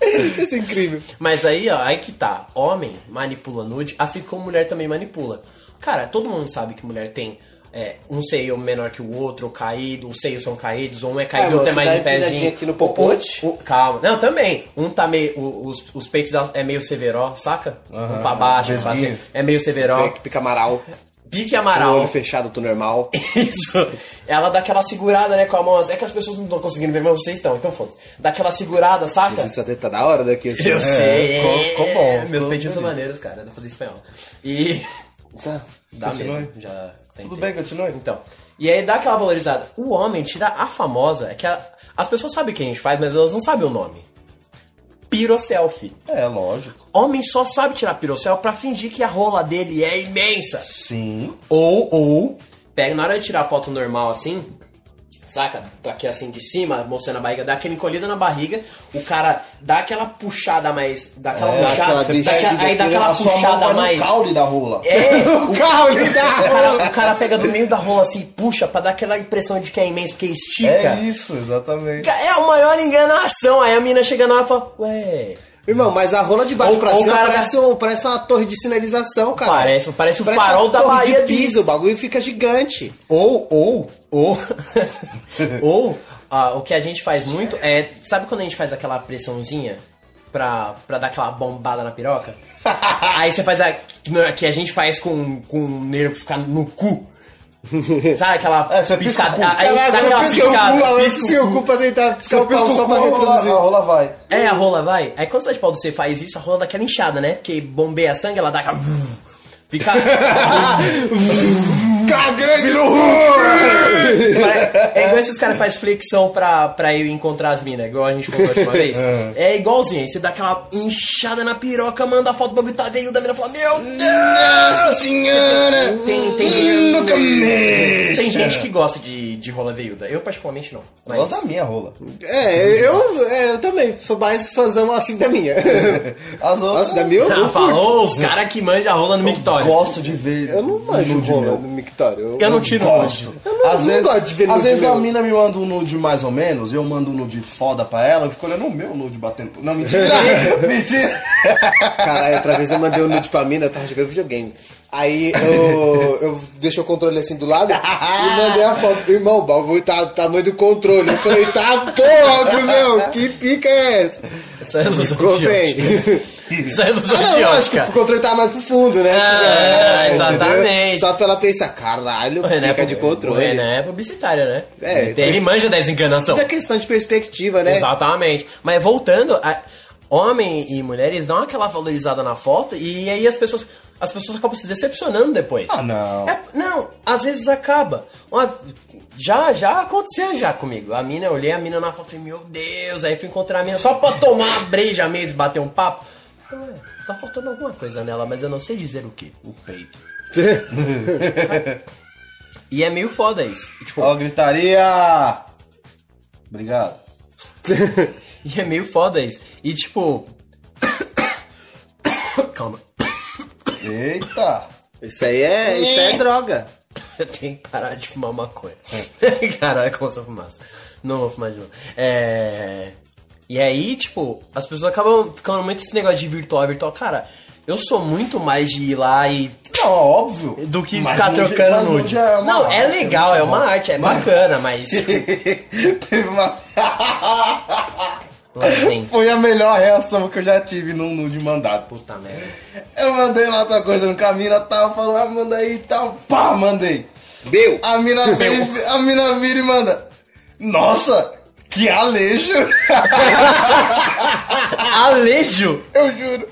B: [LAUGHS] Isso é incrível.
C: Mas aí, ó, aí que tá. Homem manipula nude, assim como mulher também manipula. Cara, todo mundo sabe que mulher tem é, um seio menor que o outro, ou caído, os seios são caídos, ou um é caído,
B: Ah,
C: outro é
B: você
C: mais
B: dá
C: de pezinho.
B: empinadinha aqui no popote?
C: O- o- calma. Não, também. Um tá meio. o- Os, os peitos é meio severó, saca? um pra baixo, um pra
A: vesguinho.
C: cima. É meio severó.
B: Pica, pica amaral,
C: Pique
B: com
C: [LAUGHS]
B: o olho
C: amaral.
B: fechado, tô normal.
C: Isso. Ela dá aquela segurada, né, com a mão. assim. É que as pessoas não estão conseguindo ver, mas vocês estão, então foda-se. Dá aquela segurada, saca?
B: Isso até tá da hora daqui assim.
C: [LAUGHS] Eu sei.
A: É, ficou- ficou bom,
C: Meus
A: ficou
C: peitinhos são
A: feliz.
C: maneiros, cara. Dá pra fazer espanhol. E. [LAUGHS]
B: Tá.
C: Dá
A: Continue.
C: mesmo. Já tentei.
A: Tudo bem, continue.
C: Então. E aí dá aquela valorizada. O homem tira a famosa. É que a- as pessoas sabem o que a gente faz, mas elas não sabem o nome. Piroselfie.
A: É, lógico.
C: Homem só sabe tirar piroselfie pra fingir que a rola dele é imensa.
A: Sim.
C: Ou, ou, pega na hora de tirar a foto normal assim, saca? Aqui assim de cima, mostrando a barriga, dá aquela encolhida na barriga, o cara dá aquela puxada mais. Dá aquela
B: É,
C: puxada.
B: aquela
C: dá
B: descida,
C: aquela- aí dá aquela
A: a sua mão vai
C: puxada
A: no
C: mais.
A: caule da rola.
C: É,
B: [LAUGHS] O Caule da
C: o
B: rola.
C: cara, o cara pega do meio da rola assim e puxa pra dar aquela impressão de que é imenso, porque estica.
A: É
C: É,
A: isso, exatamente.
C: a maior enganação. Aí a mina chega na hora e fala, ué.
B: Irmão, mas a rola de baixo
C: Ou-
B: pra
C: ou
B: cima
C: o cara
B: parece, um- parece uma torre de sinalização, cara.
C: Parece- parece o
B: uma
C: farol da
B: torre
C: Bahia
B: de
C: de-
B: piso, o bagulho fica gigante.
C: Ou, ou, ou, [LAUGHS] ou, ah, o que a gente faz muito é, sabe quando a gente faz aquela pressãozinha pra, pra dar aquela bombada na piroca? Aí você faz a, não, é que a gente faz com, com o nervo ficar no cu. Sabe aquela
A: É, você pisca
C: piscada?
A: o cu.
C: Tá, Aí
B: Caraca,
C: dá
B: eu
C: aquela
B: pisquei o cu,
C: piscada.
B: eu
C: pisca o
B: pisquei o cu pra tentar piscar o
A: Pisca
B: pau
A: o
B: só pra
A: cu, a rola-
B: reproduzir.
A: a rola vai.
C: É, a rola vai. Aí quando você tá de pau do C faz isso, a rola dá aquela inchada, né? Porque bombeia sangue, ela dá aquela. Fica.
B: Cagrande no
C: um. É igual esses caras que fazem flexão pra, pra ir encontrar as minas, igual a gente falou a
B: [LAUGHS]
C: última vez. É igualzinho, aí você dá aquela inchada na piroca, manda a foto do bagulho tá veio da mina e fala: Meu
B: Hum,
A: Nossa senhora!
C: Tem, tem,
A: Nunca mexe!
C: tem gente que gosta de, de rola veiuda. Eu, particularmente, não. Mas-
A: Gosto da minha rola.
B: É, eu, é, eu também sou mais fãzão assim da
C: [LAUGHS]
B: minha.
A: As outras.
B: Nossa, da minha eu,
C: Ah, falou os caras que manjam a rola no
A: Eu
C: Mictório.
A: gosto de ver.
B: eu não manjo
A: nude
B: rola
A: meu.
B: no Mictório.
C: Eu não tiro
A: Gosto.
C: nude.
B: não-
A: às
B: não
A: vezes,
B: gosto de ver
A: às
B: nude
A: vezes a
B: meu.
A: mina me manda um nude mais ou menos, eu mando um nude foda pra ela, eu fico olhando o meu nude batendo. Não,
B: [LAUGHS]
A: mentira! mentira!
B: Caralho, outra vez eu mandei um nude pra mina, eu tava jogando videogame. Aí eu, eu deixei o controle assim do lado e mandei a foto. Irmão, o bagulho tá do tamanho do controle. Eu falei, tá porra, cuzão, que pica é essa?
C: Isso é ilusão de
B: Convém.
C: ótica. Isso é
B: Ah,
C: ilusão
B: não,
C: de
B: lógico,
C: ótica.
B: o controle tava mais pro fundo, né?
C: Ah,
B: É, entendeu?
C: exatamente.
B: Só pra ela pensar, caralho,
C: O Renan é
B: pica de
C: pub- O
B: controle.
C: Renan é publicitário, né?
B: É,
C: ele, tem- ele manja dessa enganação.
B: Tudo é questão de perspectiva, né?
C: Exatamente. Mas voltando, a- homem e mulheres dão aquela valorizada na foto e aí as pessoas. As pessoas acabam se decepcionando depois.
A: Ah, não.
C: É- não, às vezes acaba. Uma- já, já aconteceu já comigo. A mina, eu olhei a mina na foto e falei, meu Deus, aí fui encontrar a mina só pra tomar uma breja mesmo e bater um papo. Eu, Ué, tá faltando alguma coisa nela, mas eu não sei dizer o que.
A: O peito.
C: E é meio foda isso. [LAUGHS] E, tipo,
A: Ó, gritaria! Obrigado.
C: E é meio foda isso. E tipo. [COUGHS] Calma.
A: Eita!
B: Isso aí é, isso aí é droga.
C: Eu tenho que parar de fumar [LAUGHS] maconha. Caralho, como se eu fumasse. Não vou fumar de novo. É. E aí, tipo, as pessoas acabam ficando muito nesse negócio de virtual, virtual. Cara, eu sou muito mais de ir lá e
A: Não, é óbvio.
C: do que
A: Mas
C: ficar
A: nude- mas
C: trocando
A: nude
C: nude.
A: é uma
C: não, é
A: arte,
C: legal, é,
A: muito
C: uma
A: bom.
C: arte, é bacana, mas.
A: [LAUGHS]
C: [LAUGHS]
A: Teve uma.
C: Lá tem.
A: Foi a melhor reação que eu já tive num nude mandado.
C: Puta merda.
A: Eu mandei lá outra coisa no caminho, ela tava falando, ah, manda aí e tal. Pá, mandei.
B: Meu!
A: A
B: [LAUGHS]
A: mina, vem, a mina vira e manda. Nossa, que alejo! [LAUGHS]
C: Alejo!
A: Eu juro.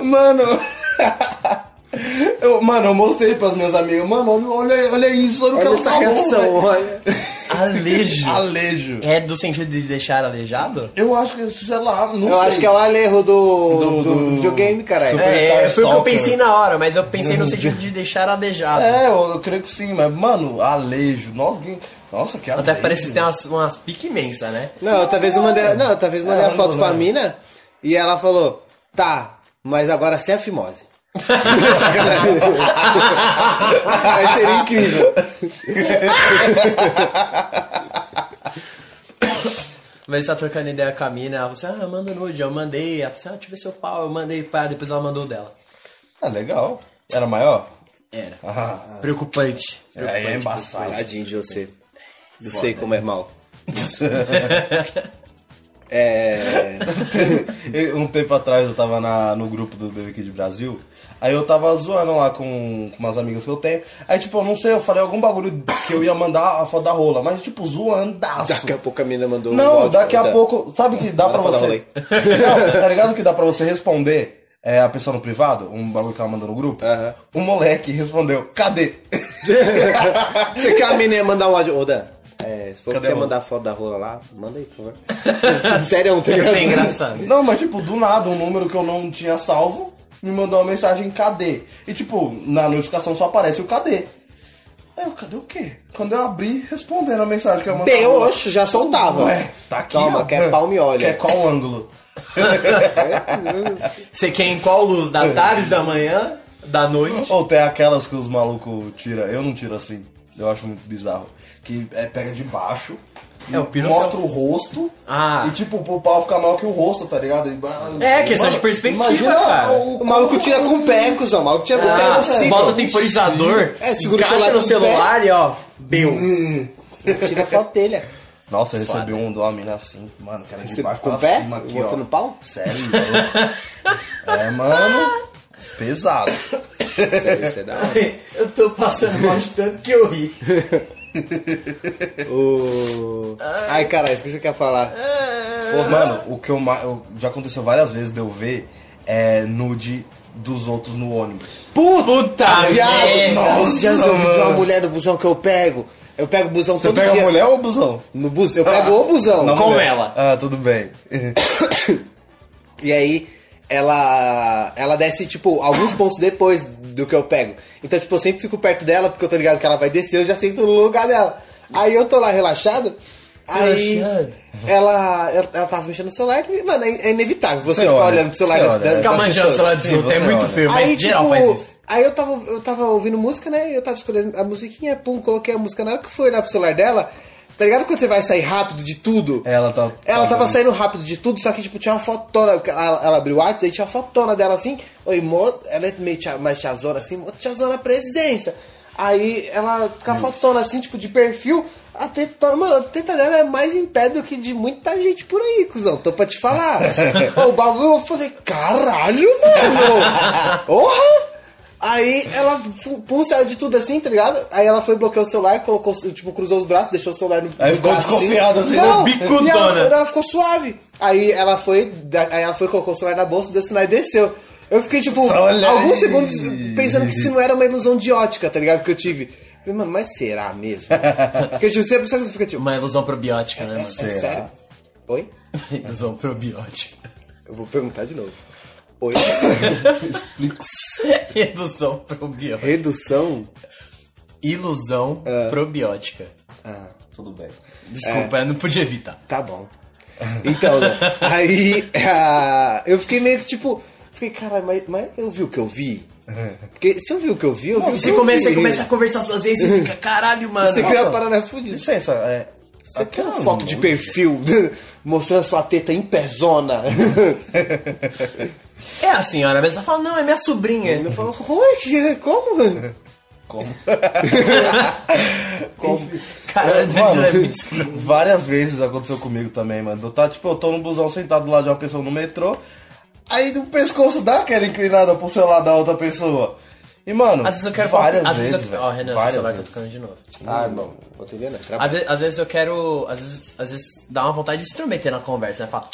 A: [LAUGHS] Mano. [LAUGHS] Eu, mano, eu mostrei pras minhas amigas. Mano, olha, olha, olha isso, olha, o que
B: Olha
A: ela
B: essa
A: falou.
B: reação,
A: velho.
B: olha.
C: Alejo!
A: Alejo.
C: É do sentido de deixar aleijado?
A: Eu acho que, sei lá, não
B: Eu
A: sei.
B: acho que é o alerro do, do,
A: Do-
B: do- do videogame, caralho.
A: Super-
C: É,
A: Superstar
C: foi o que eu
A: Stalker.
C: pensei na hora, mas eu pensei no sentido de deixar aleijado.
A: É, eu, eu creio que sim, mas, mano, alejo. Nossa, que, nossa, que alejo.
C: Até parece que
B: [LAUGHS]
C: tem umas, umas pique imensa, né?
B: Não, talvez eu mandei, não, talvez eu mandei
A: É,
B: a foto
A: não,
B: com a
A: não.
B: mina e ela falou, tá, mas agora sem a fimose.
A: [LAUGHS]
B: Sacanagem. Aí seria incrível.
C: Mas você tá trocando ideia com a mina, ela falou assim, ah, manda nude, eu mandei. Ela falou assim, ah, deixa eu ver seu pau, eu mandei, pá, depois ela mandou o dela.
A: Ah, legal. Era maior?
C: Era.
A: Ah,
C: Preocupante.
A: aí é embaçado.
B: Tadinho de você. Não sei como é mal. É.
A: Eu- [LAUGHS] um tempo atrás eu tava na- no grupo do BB Kid Brasil, aí eu tava zoando lá com, com umas amigas que eu tenho. Aí, tipo, eu não sei, eu falei algum bagulho que eu ia mandar a foto da rola, mas, tipo, zoandaço.
B: Daqui a pouco a mina mandou um
A: Não,
B: áudio,
A: daqui a
B: tá?
A: pouco. Sabe que dá
B: Manda
A: pra
B: pra dar
A: você. [LAUGHS] Não, tá ligado que dá pra você responder é, a pessoa no privado? Um bagulho que ela mandou no grupo?
B: Aham.
A: O moleque respondeu: cadê?
B: Você quer a mina ia mandar um áudio? Ô, Dan, é, se for
A: Cadê
B: que você
A: o-
B: mandar a foto da rola lá, manda aí, por favor.
A: [LAUGHS]
B: Sério, é um
C: Isso é engraçado.
A: Não, mas tipo, do nada, um número que eu não tinha salvo me mandou uma mensagem cadê? E tipo, na notificação só aparece o cadê. Aí eu, cadê o quê? Quando eu abri, respondendo a mensagem que eu mandei.
B: Bem, oxe, já soltava. é
A: Ué, tá aqui.
B: Toma,
A: ó.
B: quer palma e olha.
A: Quer qual ângulo?
C: Você quer em qual luz?
B: É.
C: Da tarde, da manhã, da noite?
A: Ou tem aquelas que os malucos tiram. Eu não tiro assim. Eu acho muito bizarro. Que é, pega de baixo.
C: É, o piru
A: mostra
C: é
A: o rosto
C: Ah.
A: e tipo, o pau fica maior que o rosto, tá ligado? E-
C: É, questão de perspectiva, cara.
B: O maluco tira com o pé, cuzão. O maluco tira com o pé.
C: Ah,
B: não é possível.
C: bota o temporizador,
B: É, segura o
C: encaixa
B: celular
C: no
B: com o pé. Hum.
C: celular e ó, deu.
B: Tira a foto dele. ó.
A: Nossa, eu recebi um de uma mina assim, mano, que era de
B: Você
A: baixo
B: com
A: pra
B: o pé?
A: cima aqui,
B: Mostrando
A: ó.
B: pau?
A: Sério?
C: [LAUGHS]
A: é, mano, pesado.
B: Isso aí, isso é da hora.
C: [LAUGHS] Eu tô passando mal de tanto que eu ri.
B: O- Ai, caralho, esqueci o que eu ia falar.
A: Pô, mano, o que eu, ma- eu- já aconteceu várias vezes de eu ver é nude dos outros no ônibus.
B: Puta, viado!
C: merda.
B: Nossa, dias eu vi de uma
A: mano.
B: mulher no busão que eu pego. Eu pego o busão
A: Você
B: todo
A: pega
B: dia.
A: a mulher ou o busão?
B: No bus, eu pego o busão.
A: Não,
C: Com
A: mulher.
C: ela.
A: Ah, tudo bem.
B: E aí ela ela desce tipo alguns pontos depois do que eu pego. Então tipo eu sempre fico perto dela porque eu tô ligado que ela vai descer, eu já sinto no lugar dela. Aí eu tô lá relaxado. Aí
C: Relaxado.
B: ela, ela ela tava mexendo no celular, que, mano, é é inevitável você, é.
A: Você
B: ficar
A: olha,
B: olhando pro celular
A: você
B: das,
A: olha.
B: das-
A: Fica
C: Ficar
B: das
C: manjando o
B: pessoas.
C: celular dos
A: Sim,
C: outros é
A: você
C: muito
A: olha.
C: feio, mas
B: Aí,
C: geral
B: tipo,
C: faz isso.
B: aí eu tava, eu tava ouvindo música, né? Eu tava escolhendo a musiquinha, pum, coloquei a música. Na hora que eu fui olhar pro celular dela, tá ligado quando você vai sair rápido de tudo?
C: É.
A: Ela tá-
B: Ela
A: tá
B: tava
A: vendo.
B: saindo rápido de tudo, só que, tipo, tinha uma fotona. Ela, ela abriu o WhatsApp, aí tinha uma fotona dela assim. Oi, mo... Ela é meio tia, mais tiazona assim, mo... tiazona presença. Aí ela com a fotona assim, tipo, de perfil. A teta, mano, a teta dela é mais em pé do que de muita gente por aí, cuzão. Tô pra te falar. o bagulho, eu falei, caralho, mano. Porra! Aí ela fu- pum, saiu de tudo assim, tá ligado? Aí ela foi bloqueou o celular, colocou, tipo, cruzou os braços, deixou o celular no
A: Aí
B: no
A: ficou
B: braço,
A: desconfiada, assim,
B: Não,
A: né?
B: e ela-
C: Bicudona.
B: ela ficou suave. Aí ela foi, da- aí ela foi, colocou o celular na bolsa, deu sinal e desceu. Eu fiquei, tipo,
A: Só olha
B: alguns
A: aí.
B: segundos pensando que isso não era uma ilusão de ótica, tá ligado? Que eu tive. Falei, mano, mas será
A: [LAUGHS]
B: mesmo? Porque tipo, sempre você fica tipo,
C: Uma ilusão probiótica, né, mano?
B: é
A: Será?
B: sério? Oi?
C: [LAUGHS] Ilusão probiótica. [LAUGHS]
B: Eu vou perguntar de novo. Oi? [LAUGHS]
C: Ilusão É probiótica.
B: Redução?
C: Ilusão
A: É.
C: probiótica.
B: Ah.
A: tudo bem. É.
C: Desculpa, eu não podia evitar.
B: Tá bom. Então,
A: [LAUGHS]
B: né? aí ah, eu fiquei meio que tipo. Fiquei, caralho, mas, mas eu vi o que eu
A: [LAUGHS]
B: vi? Porque se eu vi o que eu vi, eu vi. o que
C: Você
B: eu
C: começa,
B: vi.
C: você começa a conversar suas vezes e fica, caralho, mano.
B: Você
C: Nossa,
B: cria uma parada fudida.
A: Licença, é,
B: Você
A: Até
B: quer uma
A: um
B: foto de
A: monte.
B: perfil [LAUGHS] mostrando sua teta em pezona?
C: É a senhora, mas ela fala, não, é minha sobrinha.
A: Uhum.
B: Eu falo,
C: é?
B: "Oi, como?
A: Como?
B: Como?
C: [LAUGHS] Cara,
A: [LAUGHS] É, mano,
C: o Danilo é muito escroto.
A: várias vezes aconteceu comigo também, mano. Eu tá, tipo, eu tô num busão sentado lá de uma pessoa no metrô, aí do pescoço dá aquela inclinada pro celular da outra pessoa. E, mano,
C: Às vezes eu quero
A: várias
C: falar. Às
A: vezes,
C: vezes eu... Ó, Renan, seu
A: várias
C: celular tá
A: vezes.
C: tocando de novo.
B: Ah, não, vou atender, né? Trabalho.
C: Às vezes, às vezes eu quero. Às vezes, às vezes dá uma vontade de se intrometer na conversa, né? Fala.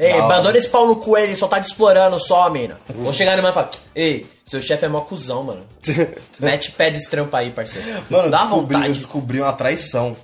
C: Ei,
A: Não.
C: abandona esse pau no cu, ele só tá te explorando só, mina. Vou chegar na mãe e falar, ei, seu chefe é mó cuzão, mano.
A: [LAUGHS]
C: Mete pé desse trampo aí, parceiro.
A: Mano,
C: dá
A: eu descobri, eu
C: vontade.
A: descobri uma traição.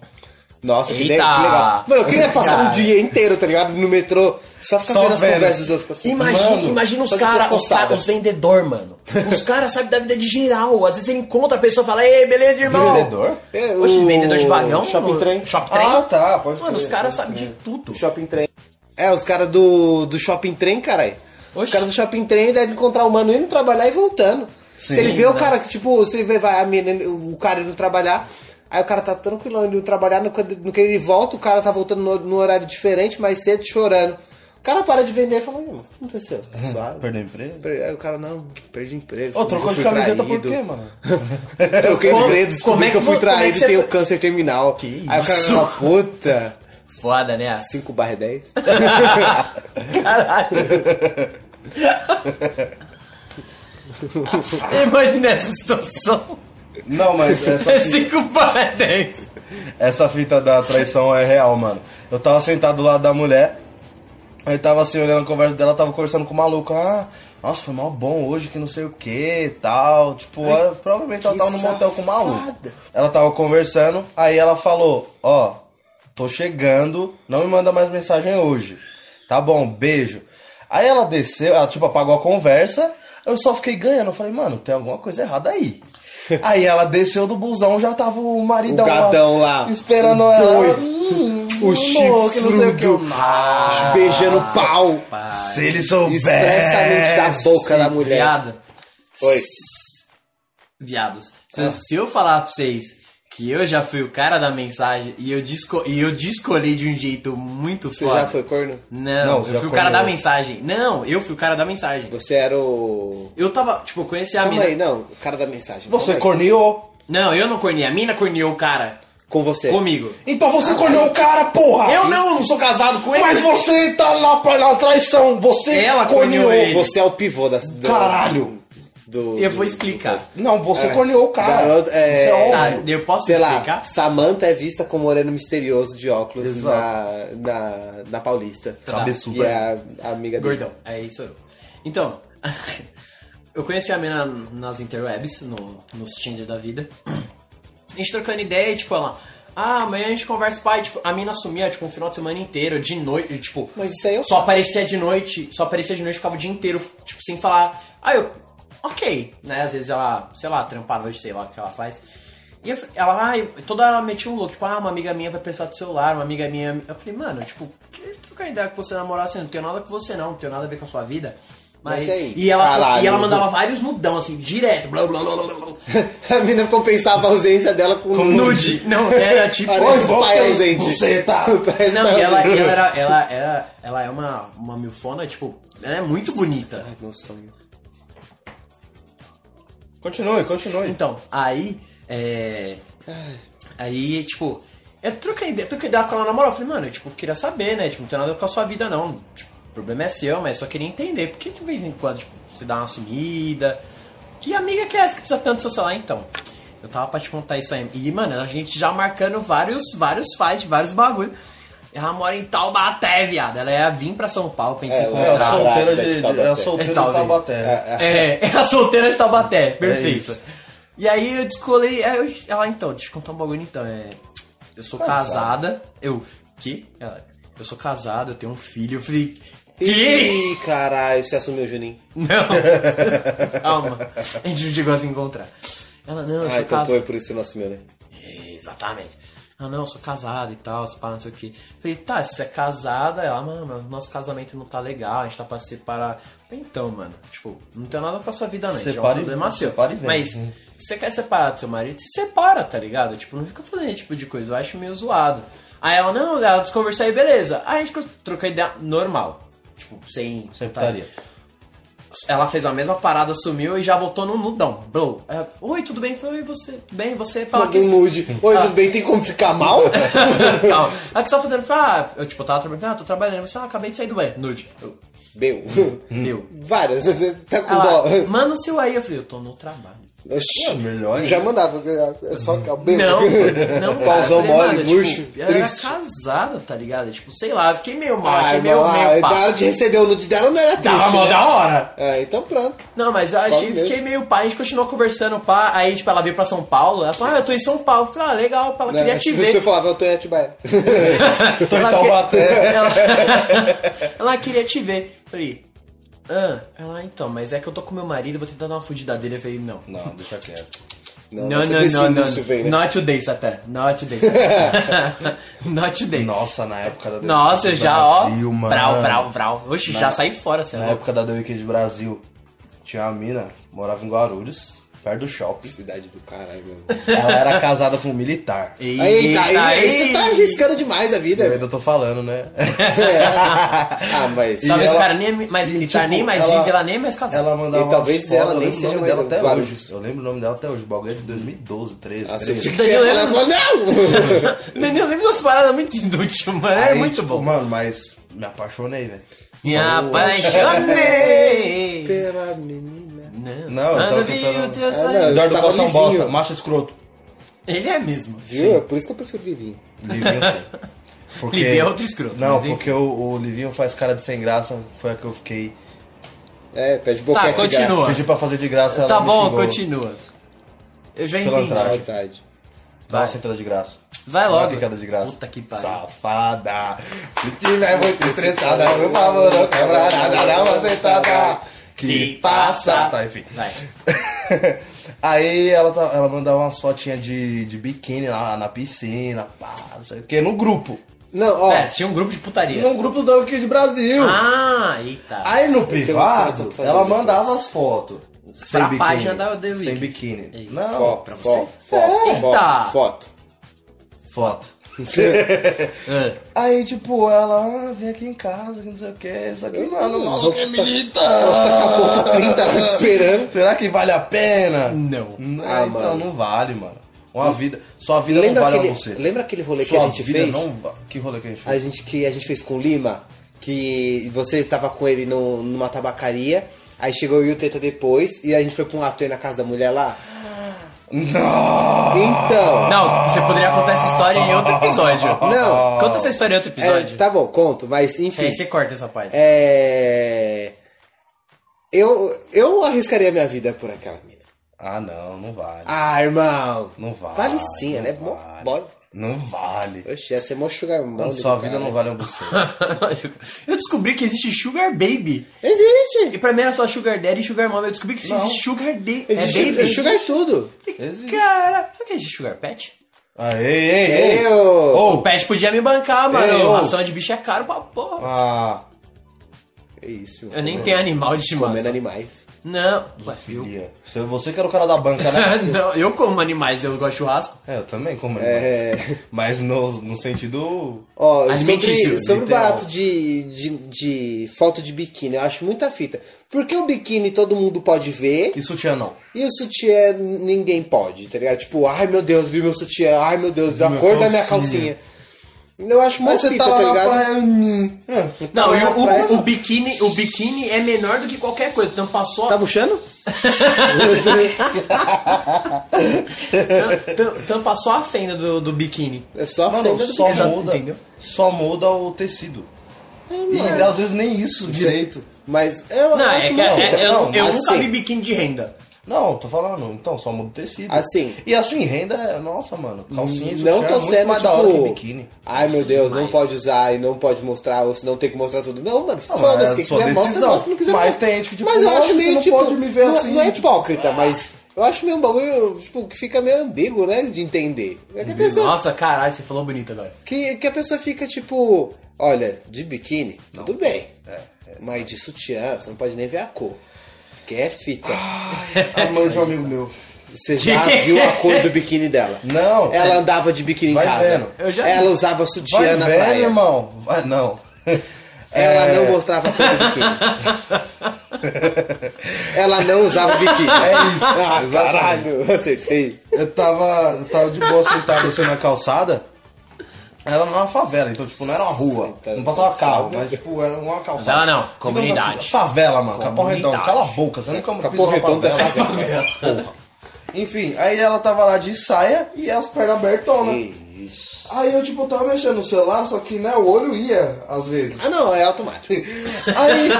B: Nossa, que, le- que
C: Eita!
B: legal. Mano, eu queria passar
C: Cara.
B: um dia inteiro, tá ligado? No metrô, só ficar
A: Só
B: vendo as
A: vendo.
B: conversas dos outros. assim,
C: Imagina,
B: mano,
C: imagina os
B: só de
C: caras, os,
B: pescoçada.
C: cara- os vendedor, mano. Os caras sabem da vida de geral. Às vezes ele encontra a pessoa e fala, ei, beleza, irmão.
A: Vendedor?
B: É,
C: Oxe,
B: o-
C: vendedor de vagão?
B: Shopping
C: no-
B: trem.
C: Shopping trem?
A: Ah, tá, pode
C: Mano,
A: crer,
C: os caras
A: pode
C: sabem de tudo.
B: Shopping trem. É, os caras do, do shopping trem, caralho. Os
C: Oxe.
B: caras do shopping trem devem encontrar o mano indo trabalhar e voltando. Se ele
C: né?
B: vê o cara, que, tipo, se ele vê vai, a menina, o cara indo trabalhar, aí o cara tá tranquilo indo trabalhar, no, no que ele volta, o cara tá voltando no, no horário diferente, mais cedo, chorando. O cara para de vender e fala, "Ih, mano, o que aconteceu? Suave."
A: Perdeu o emprego?
B: Per- Aí o cara, não, perdi emprego.
A: Ô, trocou de camiseta por quê,
B: mano?
A: mano?
B: [LAUGHS] Troquei
C: Como-
B: emprego,
C: como
B: descobri
C: é
B: que eu
C: que
B: fui
C: vo- como é
B: traído
C: que
B: e
C: você
B: tenho
C: foi-
B: câncer terminal.
C: Que
B: Aí o cara,
C: isso?
B: fala, puta,
C: Foda, né?
B: 5 barra 10.
C: Caralho. [LAUGHS] Imagina essa situação.
A: Não, [LAUGHS] mas essa
C: É
A: fita,
C: 5 para 10.
A: essa fita da traição é real, mano. Eu tava sentado do lado da mulher, aí tava assim, olhando a conversa dela, tava conversando com o maluco. Ah, nossa, foi mal bom hoje, que não sei o que e tal. Tipo, ela- provavelmente ela
B: que
A: tava no motel com o maluco.
B: safada.
A: Ela tava conversando, aí ela falou, ó, tô chegando, não me manda mais mensagem hoje. Tá bom, beijo. Aí ela desceu, ela tipo apagou a conversa, eu só fiquei ganhando. Eu falei, mano, tem alguma coisa errada
B: [LAUGHS]
A: aí. Aí ela desceu do busão, já tava o maridão
B: O gadão lá. Um
A: Esperando
B: boi.
A: ela. Hum,
B: O
A: amor, que não sei o que. Eu,
B: chifrudo.
A: "Ah,
B: Beijando pau.
A: Se ele soubesse.
B: Expressamente da boca da mulher.
C: Viado.
B: Oi.
C: Viados. Se, se eu falar pra vocês que eu já fui o cara da mensagem e eu, disco, e eu descolhi de um jeito muito
B: Você
C: foda.
B: já foi corno?
C: Não,
A: Não,
C: eu
A: você
C: fui
A: já
C: o cara
A: foi
C: da
A: eu.
C: mensagem. Não, eu fui o cara da mensagem.
B: Você era o.
C: Eu tava, tipo, eu conheci a
B: Calma
C: mina.
B: aí, não. O cara da mensagem.
A: Você
B: Calma aí.
A: corneou.
C: Não, eu não cornei. A mina corneou o cara
B: Com você.
C: comigo.
A: Então você corneou o cara, porra!
C: Eu não, eu não sou casado com ele.
A: Mas você tá lá pra na traição! Você
C: Ela
A: corneou!
C: corneou ele.
B: Você é o pivô das. do-
A: Caralho!
B: Do,
C: Eu vou
B: do-
C: explicar.
A: Não, você corneou o cara!
B: Da- é-
A: Isso
C: Tá,
A: óbvio.
C: eu posso
B: Sei
C: explicar?
B: lá, Samantha é vista como moreno misterioso de óculos na,
A: Exato.
B: na, na Paulista.
A: Cabeçudo.
B: E a, a amiga dele.
C: Tá. Gordão, é isso eu. Então, [LAUGHS] eu conheci a mina nas interwebs, no, nos Tinder da vida. A gente trocando ideia e, tipo, ela... Ah, amanhã a gente conversa, pai. Tipo, a mina sumia, tipo, um final de semana inteiro, de noite, tipo...
B: Mas isso aí eu
C: Só aparecia de noite, só aparecia de noite, ficava o dia inteiro, tipo, sem falar. Aí eu... Ok, né? Às vezes ela, sei lá, trampa à noite, sei lá o que ela faz. E eu, ela, ai, toda hora metia um louco, tipo, ah, uma amiga minha vai precisar do celular, uma amiga minha. Eu falei, mano, tipo, queria trocar ideia com você namorar assim, não tenho nada com você não, não tenho nada a ver com a sua vida. Mas,
B: Mas e aí?
C: e, ela,
B: Caralho.
C: e ela mandava vários nudão, assim, direto, blá blá blá blá blá.
B: [LAUGHS] A mina compensava a ausência dela com,
C: Nude. Não, era tipo.
B: Olha esse
A: Oi,
B: pai
A: voltei,
B: ausente.
A: você tá-
B: Parece
C: Não,
B: pai
C: e ela,
B: ausente.
C: e ela, era, ela, era, ela é uma, uma milfona, tipo, ela é muito bonita.
B: Ai, meu sonho.
A: Continue, continue.
C: Então, aí, é... Aí, tipo, eu troquei ideia, troquei ideia com ela na moral, eu falei, mano, eu, tipo, queria saber, né, tipo, não tem nada a ver com a sua vida, não. Tipo, o problema é seu, mas só queria entender, porque de vez em quando, tipo, você dá uma sumida... Que amiga que é essa que precisa tanto do seu celular, então? Eu tava pra te contar isso aí. E, mano, a gente já marcando vários, vários fights, vários bagulho. Ela mora em Taubaté, viado. Ela ia vir pra São Paulo pra gente
B: É,
C: se
B: ela
A: É, a
C: encontrar.
A: solteira
B: Caraca,
A: de,
B: de
A: de, é a
B: Taubaté.
A: solteira
C: É, talvez.
A: de Taubaté. né?
C: É, é a solteira de Taubaté, perfeito.
A: isso.
C: e aí eu descolei. aí eu- ela, então, deixa eu contar um bagulho então. É, eu sou casada. Eu. Que? Ela, eu sou casada, eu tenho um filho. Eu falei.
A: [LAUGHS]
C: Que?
B: Ih, caralho, você assumiu, Juninho.
C: Não! [LAUGHS] Calma. A gente não chegou a se encontrar. Ela, não, eu
B: Ah,
C: sou
B: então
C: casada.
B: foi por isso que você não assumiu, né?
C: Exatamente. Ah, não, eu sou casada e tal, se pá, não sei o que. Falei, tá, se você é casada, ela, mano, mas nosso casamento não tá legal, a gente tá pra se separar. Falei, Então, mano, tipo, não tem nada com a sua vida, não. Separe, é um
A: Separe-
C: problema seu.
A: separe e vem. Uhum.
C: Mas, se você quer separar do seu marido, se separa, tá ligado? Tipo, não fica fazendo esse tipo de coisa, eu acho meio zoado. Aí ela, não, ela desconversou aí, beleza. Aí a gente trocou ideia normal. Tipo, sem.
A: Sem putaria.
C: Ela fez a mesma parada, sumiu e já voltou no nudão. Blow. Aí ela, Oi, tudo bem? Foi você? Tudo Bem, você fala
A: um
C: Ah.
B: Alguém nude. Oi, tudo bem? Tem como ficar
C: [LAUGHS]
B: mal?
C: Calma. Aí o que você tá fazendo? Ah, eu tipo, tava trabalhando, ah, tô trabalhando. Você, ah, acabei de sair do banho. Nude. Eu,
B: Meu.
C: Meu.
B: Várias. Tá
C: Ah
B: com dó.
C: Ela, manda o seu aí. Eu falei, eu tô
B: [LAUGHS]
C: no trabalho.
B: Oxi,
A: É, melhor
B: Já
A: ainda.
B: mandava. É só que é o beijo.
C: Não,
B: [LAUGHS]
C: não, cara,
B: Pauzão
C: eu falei,
B: mole,
C: mano,
B: murcho,
C: tipo, ela era
B: triste.
C: casada, tá ligado? Tipo, sei lá, eu fiquei meio mal,
B: Ai,
C: achei meio,
B: meu,
C: meio
B: da
C: pá.
B: hora de receber o nude dela não era triste.
A: Tava mó
B: né?
A: da hora.
B: É, então pronto.
C: Não, mas eu achei,
B: mesmo.
C: fiquei meio pá, a gente continuou conversando, pá, aí tipo, ela veio pra São Paulo, ela falou, ah, eu tô em São Paulo, eu falei, ah, legal, pá, ela queria
B: Né?
C: te
B: Se
C: ver.
B: Você falava, eu tô em Atibaia.
A: Eu tô
C: Ela
A: em
C: que-
A: Taubaté.
C: Ela, ela queria te ver. Eu Falei, ah, ela, então, mas é que eu tô com meu marido, vou tentar dar uma fudida dele. Eu falei, não.
A: Não, deixa quieto.
B: Não,
C: Não,
B: você
C: não,
B: vê se o
C: não, não.
B: Lúcio vem, né?
C: Not today, Satã. Not today,
A: [LAUGHS]
C: Satã. Not today.
A: Nossa, na época da The
C: Nossa, eu
A: Weekend
C: já, ó.
A: Brasil, mano.
C: Brau, brau, brau. Oxi, já saí fora, você é
A: Na
C: louco.
A: época da The Weekend Brasil, tinha uma mina, morava em Guarulhos, perto do shopping.
B: Cidade do caralho, meu.
A: Ela era casada com um militar.
C: Eita,
B: Eita, aí, aí você tá
C: eita.
B: arriscando demais a vida.
A: Eu ainda tô falando, né?
B: Ah, mas.
A: E
C: Talvez o
A: ela-
C: cara nem é mi- mais militar,
A: Tipo,
C: nem mais
A: ela-
C: vive, ela nem é mais casada.
A: Ela mandava
B: E talvez
A: umas fotos,
B: ela
A: eu
B: nem
A: lembro o nome
B: seja
A: dela
B: mais
A: até
B: Guarulhos.
A: hoje. Eu lembro o nome dela até hoje. O bagulho é de 2012, 13,
B: Ah, você
A: 13.
B: tinha que ser
C: Daniel,
B: ela falou, não!
C: [LAUGHS] Daniel, lembra umas paradas muito inúteis, mano. É
A: Aí,
C: muito
A: tipo,
C: bom.
A: Mano, mas me apaixonei, velho.
C: Me
A: Falou,
C: [LAUGHS] apaixonei.
B: Pela menina.
A: [LAUGHS]
C: Não,
A: Não, eu
C: Quando
A: tava
C: vi
A: tentando-
C: o teu
B: Ah,
C: sorriso.
B: não.
A: Eduardo
B: tava
A: Costa é um
B: livinho.
A: bosta, macho escroto.
C: Ele é mesmo.
B: Viu? É Por isso que eu prefiro Livinho.
A: Livinho,
C: [LAUGHS]
A: sim. Porque...
C: Livinho é outro escroto,
A: Não,
C: mas enfim.
A: porque o, o Livinho faz cara de sem graça. Foi a que eu fiquei...
B: É, pede boquete
C: Tá, continua.
A: Pedi pra fazer de graça, ela
C: Tá
A: me
C: bom,
A: xingou.
C: continua. Eu já
A: Pela
C: entendi.
B: grátis.
A: entrada.
B: Vontade.
A: Dá
C: Vai.
A: uma sentada de graça.
C: Vai
A: Dá
C: logo.
A: Uma picada de graça.
C: Puta que pariu.
A: Safada. Se tiver muito estressada, por favor, não
C: é
A: quebra nada, dá uma sentada. Que passa. Tá, enfim. [LAUGHS]
C: Vai.
A: Aí ela, tá- ela mandava umas fotinhas de, de biquíni lá na piscina, pá, não sei o que, no grupo.
B: Não, ó.
C: É, tinha um grupo de putaria.
A: No grupo do Dog Kid Brasil.
C: Ah, eita.
A: Aí no
B: observação
A: privado,
B: pra fazer
A: ela
B: depois.
A: mandava as fotos. Sem biquíni.
C: página da The Weeknd.
A: Sem biquíni.
C: Eita.
A: Não,
B: Foto,
C: pra
B: foto,
C: você?
B: foto,
C: Eita!
B: foto, foto.
A: foto.
C: Ah,
A: Aí, tipo, ela ah, vem aqui em casa, que não sei o que, só que, mano, o maluco é militar. [LAUGHS]
B: Pô, tá 30 anos esperando.
A: Será que vale a pena?
C: Não.
A: Não,
B: Ah,
A: então
B: mano.
A: não vale, mano. Uma vida, sua vida
B: Lembra,
A: não vale
B: aquele,
A: a você.
B: lembra aquele rolê que
A: Sua
B: a gente
A: vida
B: fez?
A: não va- Que rolê que a gente fez?
B: A gente, que a gente fez com o Lima? Que você tava com ele no- numa tabacaria. Aí chegou o Teta depois. E a gente foi pra um after na casa da mulher lá.
A: Não!
B: Então.
C: Não, você poderia contar essa história em outro episódio.
B: Não.
C: Conta essa história em outro
B: É,
C: episódio. É,
B: tá bom, conto, mas enfim.
C: Aí você corta essa
A: é
C: parte.
B: É. Eu, eu arriscaria minha vida por aquela mina.
A: Ah, não, não vale.
B: Ah, irmão.
A: Não vale.
B: Vale sim,
A: não
B: ela é mó
A: vale.
B: bola.
A: Não vale.
B: Oxe, essa é mó sugar mom.
A: Mano, sua vida não vale a você.
C: [LAUGHS] Eu descobri que existe Sugar Baby. E
B: Existe!
C: pra mim era só Sugar Daddy e Sugar Mom. Eu descobri que existe Sugar Baby. É
B: Existe
C: Baby?
B: sugar tudo.
A: Existe.
C: Cara, será que existe Sugar Pet?
A: Ah, ei, ei, ei!
B: Eu.
C: O Pet podia me bancar, mano.
A: Ei, ô.
C: Ração de bicho é caro pra porra.
A: Ah,
B: É isso.
C: Eu nem tenho animal de
B: Comendo
A: né?
C: estimação.
B: animais.
C: Não, mas eu
A: Bia, você- você que era o cara da banca,
B: [LAUGHS]
A: né?
C: [LAUGHS] Não, eu como animais, eu gosto de churrasco.
A: É, eu também como
B: É.
A: animais. Mas no, no sentido.
B: Ó,
C: Alimentício,
B: sobre, sobre o
A: literal.
B: barato de, de, de foto de biquíni, eu acho muita fita. Porque o biquíni todo mundo pode ver.
A: E sutiã não.
B: E o sutiã ninguém pode, tá ligado? Tipo, ai meu Deus, vi meu sutiã, ai meu Deus, vi a
A: Minha
B: cor da minha
A: calcinha.
B: calcinha. Eu acho mó
A: Mas você
B: fita,
A: tá lá
B: tá
A: na
B: ligado?
A: praia. hum, hum.
C: Não,
B: Tá
C: e
B: lá
C: o,
B: na praia.
C: o, o biquíni, o biquíni é menor do que qualquer coisa. Tampa só,
B: Tá [LAUGHS] murchando?
C: tam- tampa só a fenda do, do biquíni.
B: é só a
A: Mano,
B: fenda do
A: só
C: Exato,
A: muda.
C: entendeu?
A: Só muda o tecido. E às vezes nem isso direito.
B: Mas eu
C: Não, é
B: acho
C: que
B: mó
C: é-
B: fita.
C: é- eu,
A: não,
C: eu
B: mas
C: nunca
B: assim-
C: vi biquíni de renda.
A: Não, tô falando, então, só muda o tecido.
B: Assim.
A: E assim, renda é. Nossa, mano. Calcinha e
B: Não
A: sutiã
B: tô
A: é muito
B: sendo,
A: mais
B: tipo,
A: da hora que biquíni.
B: ai meu Deus, não
C: Demais.
B: pode usar e não pode mostrar, ou senão tem que mostrar tudo. Não, mano,
A: mas
B: foda-se,
A: é
B: quem
A: sua
B: quiser mostra,
A: decisão.
B: mostra, não quiser
A: Mas
B: mostra.
A: tem gente que, tipo,
B: mas eu
A: nossa,
B: acho
A: você
B: meio,
A: não
B: tipo,
A: pode me ver
B: não,
A: assim,
B: Não é
A: tipo,
B: hipócrita, mas eu acho meio um bagulho, tipo, que fica meio ambíguo, né, de entender. É que a pessoa
C: Nossa, caralho, você falou bonito agora.
B: Que, que a pessoa fica tipo, olha, de biquíni, tudo bem.
C: é,
B: Mas de sutiã, você não pode nem ver a cor. Que é fita.
A: [LAUGHS] A mãe de um amigo meu.
B: Você já viu a cor do biquíni dela?
A: Não.
B: Ela andava de biquíni em
A: Vai
B: casa.
A: vendo.
C: Eu já
B: Ela
C: vi.
B: usava
A: Vai
B: sutiã na
A: ver,
B: praia.
A: irmão. Vai, não.
B: Ela
A: É.
B: não mostrava a cor do biquíni.
A: [LAUGHS]
B: Ela não usava biquíni.
A: É isso.
B: Ah,
A: Exatamente.
B: caralho, acertei.
A: Eu tava, eu tava de boa sentado assim na calçada. Era numa favela, então, tipo, não era uma rua.
B: Sentado
A: não passava
B: na
A: carro,
B: calçada.
A: mas, tipo, era uma calçada.
C: Favela não,
A: Digamos
C: comunidade.
A: assim, favela, mano. Capão
C: Comunidade.
A: Redão. Cala a boca, você nunca pisou
B: Capão
A: numa
B: Redondo é
A: favela. Porra. Enfim, aí ela tava lá de saia e as pernas abertonas. Aí eu, tipo, tava mexendo no celular, só que, né, o olho ia, às vezes.
B: Ah, não, é automático.
A: [LAUGHS] Aí,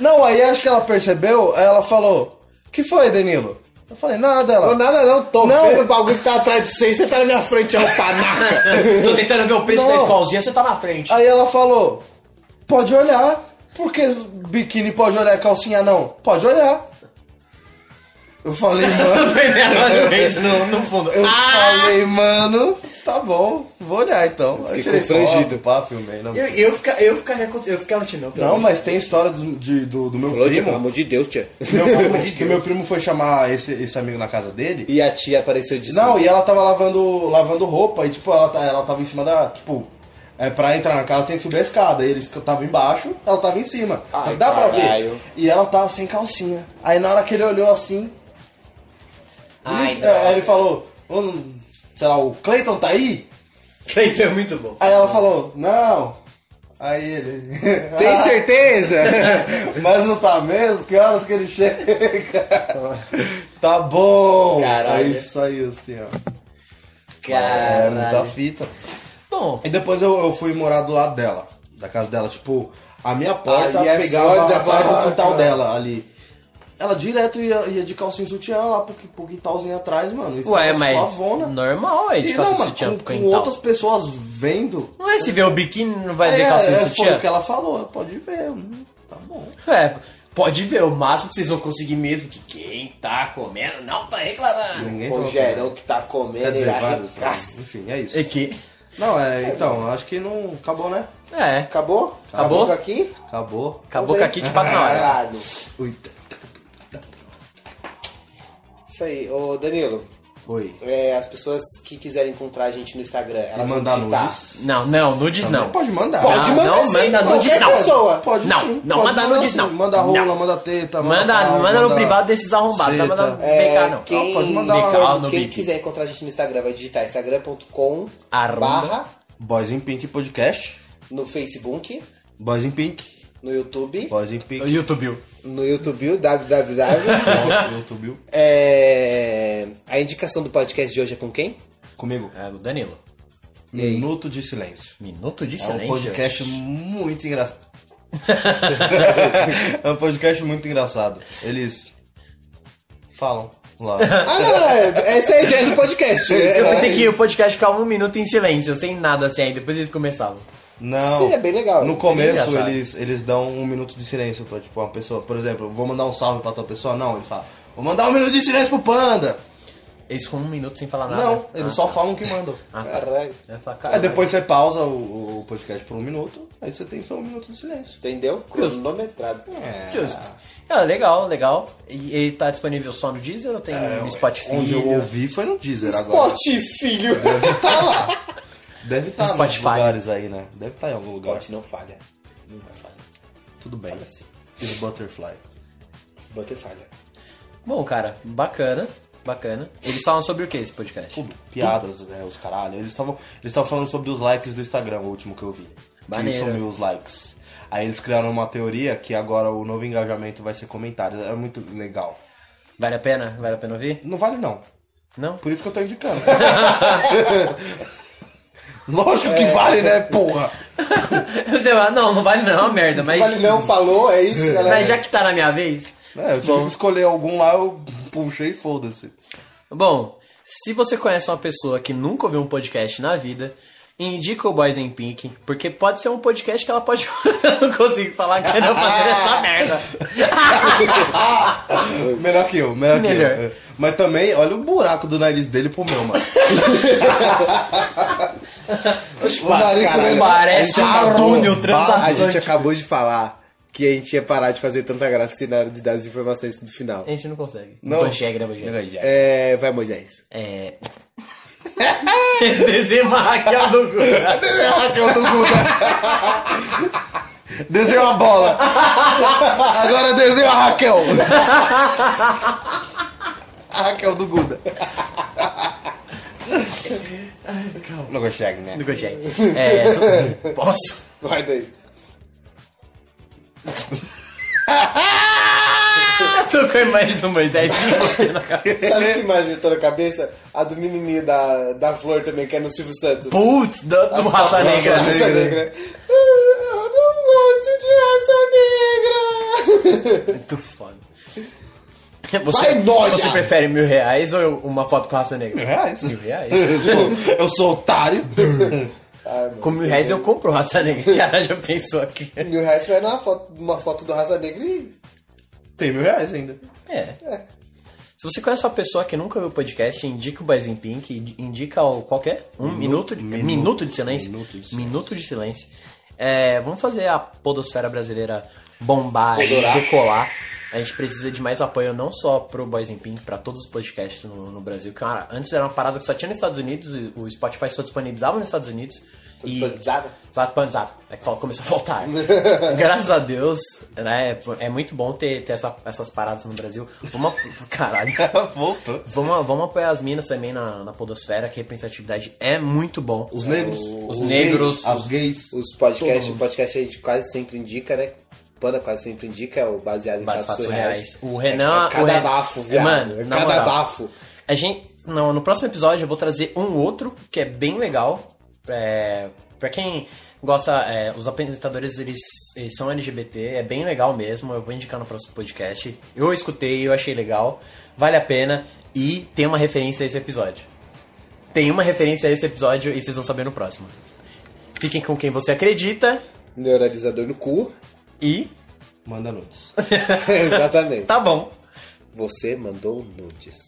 A: não, aí acho que ela percebeu, aí ela falou, que foi, Danilo? Eu falei, nada, ela.
B: Não, nada não, tô
A: Não.
B: vendo o bagulho que tá atrás de você e você tá na minha frente, é um panaca.
C: Tô tentando ver o preço
A: Não.
C: da escolzinha, você tá na frente. [LAUGHS]
A: Aí ela falou, pode olhar, porque biquíni pode olhar, calcinha não, pode olhar. Eu falei,
C: [LAUGHS]
A: mano,
C: Ela fez no, no fundo.
A: eu falei, mano, tá bom, vou olhar então. Aí
B: Fiquei
A: tirei
B: constrangido.
A: foto, pá, filmei, não.
C: Eu, eu, fica, eu ficaria cont- eu ficava te não. pelo
A: Não,
C: amor
A: mas tem história do, de- do, do meu
B: Falou, tia, pelo
A: primo.
B: amor de Deus, tia.
A: Meu primo,
C: de
A: que meu primo foi chamar esse, esse amigo na casa dele.
B: E a tia apareceu de
A: Não, e ela tava lavando, lavando roupa e, tipo, ela, tá- ela tava em cima da. Tipo, é, pra entrar na casa tem que subir a escada. E eles tava embaixo, ela tava em cima.
B: Ai,
A: Dá pra ver.
B: caralho.
A: E ela tava sem calcinha. Aí na hora que ele olhou assim.
C: Ai,
A: ele,
C: não.
A: é, ele falou, "Hum, sei lá, o Clayton tá aí?
C: de- Cleiton é muito bom.
A: Aí ela falou, não. Aí
C: [LAUGHS]
A: ele.
C: Ah.
B: Tem certeza?
A: Mas não tá mesmo? Que horas que ele
C: [LAUGHS]
A: chega? tá bom!
C: Caralho.
A: Aí saiu assim, ó. É muita
C: Caralho.
A: fita.
C: Bom,
A: E depois eu, eu fui morar do lado dela, da casa dela. Tipo, a minha porta
B: Ali é
A: pegava
B: foda,
A: atrás do
B: barraca.
A: quintal dela ali. Ela direto ia, ia de calcinha e sutiã lá pro, qui- pro quintalzinho atrás, mano. E
C: ué,
A: ficava
C: mas
A: suavona.
C: normal é
A: E
C: de
A: não,
C: calça e
A: mano,
C: sutiã
A: com,
C: pro
A: com
C: quintal.
A: outras pessoas vendo.
C: Não é se vê o biquíni não vai ver
A: é,
C: calça
A: é,
C: e
A: foi
C: sutiã?
A: o que ela falou, pode ver. hum, Tá bom.
C: É, pode ver, o máximo que vocês vão conseguir mesmo que quem tá comendo não tá reclamando.
A: Ninguém
B: O
A: tava-
B: gerão que tá
A: Quer
B: comendo,
A: dizer,
B: ele
A: vários, né?
B: arregaça.
A: Enfim, é isso.
C: É que.
A: Não, é, então, acho que não. Acabou, né?
C: É,
B: Acabou?
C: Acabou?
B: com aqui?
A: Acabou.
C: acabou com a kit pra
A: Ah.
C: hora.
B: Caralho.
A: Uita.
B: Isso aí, ô Danilo.
A: Oi.
B: é, as pessoas que quiserem encontrar a gente no Instagram, elas
A: E mandar
B: vão digitar.
A: nudes?
C: Não, não, nudes não.
A: Pode mandar.
B: Pode
C: Não,
B: mandar
C: não,
B: sim,
C: manda
B: qualquer
C: nudes, não.
B: pessoa.
A: Pode
C: Não,
A: sim.
C: não,
A: pode
C: manda
A: mandar
C: nudes,
A: sim.
C: não.
A: Manda rola,
C: Não.
A: manda teta.
C: Manda,
A: pau,
C: manda, no privado desses arrombados, tá
A: Seta.
C: mandando
B: É,
C: BK não.
B: Quem,
A: Não, pode mandar
C: lá. Ficar no
B: quem
C: bico.
B: quiser encontrar a gente no Instagram, vai digitar instagram.com
C: Arroba.
B: barra
A: Boys in Pink Podcast.
B: no Facebook,
A: Boys in Pink.
B: no YouTube,
A: Boys in
C: O
A: Pink.
C: [LAUGHS] YouTube.
B: no
A: [LAUGHS]
B: YouTube, www.
A: YouTube.
B: É, a indicação do podcast de hoje é com quem?
A: Comigo.
C: É, o Danilo.
A: Minuto de Silêncio.
C: Minuto de
A: É um
C: silêncio.
A: podcast muito
C: [LAUGHS]
A: engraçado. é um podcast muito engraçado. Eles falam
C: [LAUGHS]
A: lá.
B: Ah, não, é- essa é a ideia do podcast.
C: Eu
B: É,
C: pensei que o podcast ficava um minuto em silêncio, sem nada assim, aí depois eles começavam.
A: Não.
B: Seria é bem legal.
A: No
B: Bem
A: começo
C: engraçado.
A: eles, eles dão um minuto de silêncio pra tipo uma pessoa. Por exemplo, vou mandar um salve pra tua pessoa. Não, ele fala, vou mandar um minuto de silêncio pro panda.
C: Eles ficam um minuto sem falar nada. tá.
A: Não, eles só falam que mandam.
C: Ah, tá.
B: Caralho.
C: Aí eu falo,
A: Aí
C: caralho.
A: depois você pausa o, o podcast por um minuto, aí você tem só um minuto de silêncio.
B: Entendeu? Cronometrado.
C: Justo. Ah, legal, legal. E ele tá disponível só no Deezer ou tem no Spotify?
A: É, Onde eu ouvi foi no Deezer
B: Tá
A: agora.
B: Pote, filho.
A: Deve estar lá. Deve estar em alguns
C: Spotify.
A: lugares aí, né? Deve estar em algum lugar.
B: Pote não falha. Nunca falha.
A: Tudo bem.
B: Fala assim.
A: E o Butterfly.
B: Butter falha.
C: Bom, cara, bacana, bacana. Eles falam sobre o que esse podcast?
A: Tudo. Piadas, né? Os caralho. Eles estavam eles tavam falando sobre os likes do Instagram, o último que eu vi. Que
C: Maneiro.
A: sumiu os likes. Aí eles criaram uma teoria que agora o novo engajamento vai ser comentários. É muito legal.
C: Vale a pena? Vale a pena ouvir?
A: Não vale não.
C: Não? [LAUGHS]
A: Por isso que eu tô indicando. [LAUGHS] Lógico que vale, né, porra?
C: Eu sei lá, não, não vale não, merda, mas.
B: Mas não falou, é isso,
A: né?
B: galera.
C: Mas já que tá na minha vez.
A: É, eu tive que escolher algum lá, eu puxei e foda-se.
C: Bom, se você conhece uma pessoa que nunca ouviu um podcast na vida, indica o Boys in Pink, porque pode ser um podcast que ela pode. [LAUGHS] Eu não consigo falar que ela fazer essa merda.
A: Melhor que eu, melhor, que eu.
C: Melhor.
A: É. Mas também, olha o buraco do nariz dele pro meu, mano.
C: Pá,
A: nariz,
C: caralho,
A: né?
C: parece
A: A
C: um
A: gente acabou-
C: túnel
A: ba-
B: A
C: transatlântico.
B: gente acabou de falar que a gente ia parar de fazer tanta graça assim na hora de dar as informações do final.
C: A gente não consegue.
A: Não.
C: consegue, né, Mogi?
B: É, vai, Moisés.
C: É. [LAUGHS] Desenha Raquel do cu.
A: Raquel do Guga. [LAUGHS] Desenha uma bola. Agora desenha a Raquel. A Raquel do Guda.
E: Não consegue, né?
C: Não consegue. É. só- Posso?
A: Vai daí.
C: Ah, tô com a imagem do Moisés.
B: Sabe que imagem eu tô na cabeça? A do menininho da, da Flor também, que é no Silvio Santos.
C: Putz, do, do Raça Negra.
B: Raça negra. Ah, Eu não gosto de raça negra.
C: Muito foda. Você,
A: Vai, É. doida!
C: você prefere mil reais ou eu- uma foto com raça negra?
A: Mil reais?
C: Mil reais?
A: Eu sou, eu sou otário.
C: Com mil reais eu compro raça negra. [LAUGHS] Cara, já pensou aqui.
B: Mil reais vai numa foto, é uma foto do raça negra e.
A: Tem mil reais ainda.
C: É. Se você conhece uma pessoa que nunca viu o podcast, indica o Baizen Pink, indica o qualquer um minuto, de, minuto, de silêncio. Minuto de silêncio. É, vamos fazer a podosfera brasileira bombar e decolar. A gente precisa de mais apoio, não só pro Boys in Pink, pra todos os podcasts no, no Brasil. Cara, antes era uma parada que só tinha nos Estados Unidos, e o Spotify só disponibilizava nos Estados Unidos. E,
B: Disponibilizava?
C: Zap, pan, zap. É que fala- começou a
A: [LAUGHS]
C: faltar. Graças a Deus, né? É muito bom ter, ter essa- essas paradas no Brasil. Vamos. a- [LAUGHS] Caralho.
A: Voltou.
C: Vamos, vamos apoiar as minas também na, na Podosfera, que representatividade é muito bom.
A: Os negros.
C: Os negros,
A: gays, as
C: os-
A: gays.
B: Os podcasts, o podcast a gente quase sempre indica, né? Panda quase sempre indica, é o baseado em
C: Vários
B: fatos
C: fatos
B: surreais.
C: reais. O Renan.
B: É
C: o
B: cada
C: Ren-
B: bafo, viado.
C: Mano,
B: É
C: na
B: cada
C: moral.
B: bafo.
C: A gente. Não, no próximo episódio eu vou trazer um outro que é bem legal. É, pra quem gosta, é, os apresentadores eles, eles são LGBT, é bem legal mesmo. Eu vou indicar no próximo podcast. Eu escutei, eu achei legal, vale a pena e tem uma referência a esse episódio. Tem uma referência a esse episódio e vocês vão saber no próximo. Fiquem com quem você acredita
B: Neuralizador no cu. [LAUGHS]
C: e.
A: Manda nudes.
B: Exatamente.
C: Tá bom.
B: Você mandou nudes.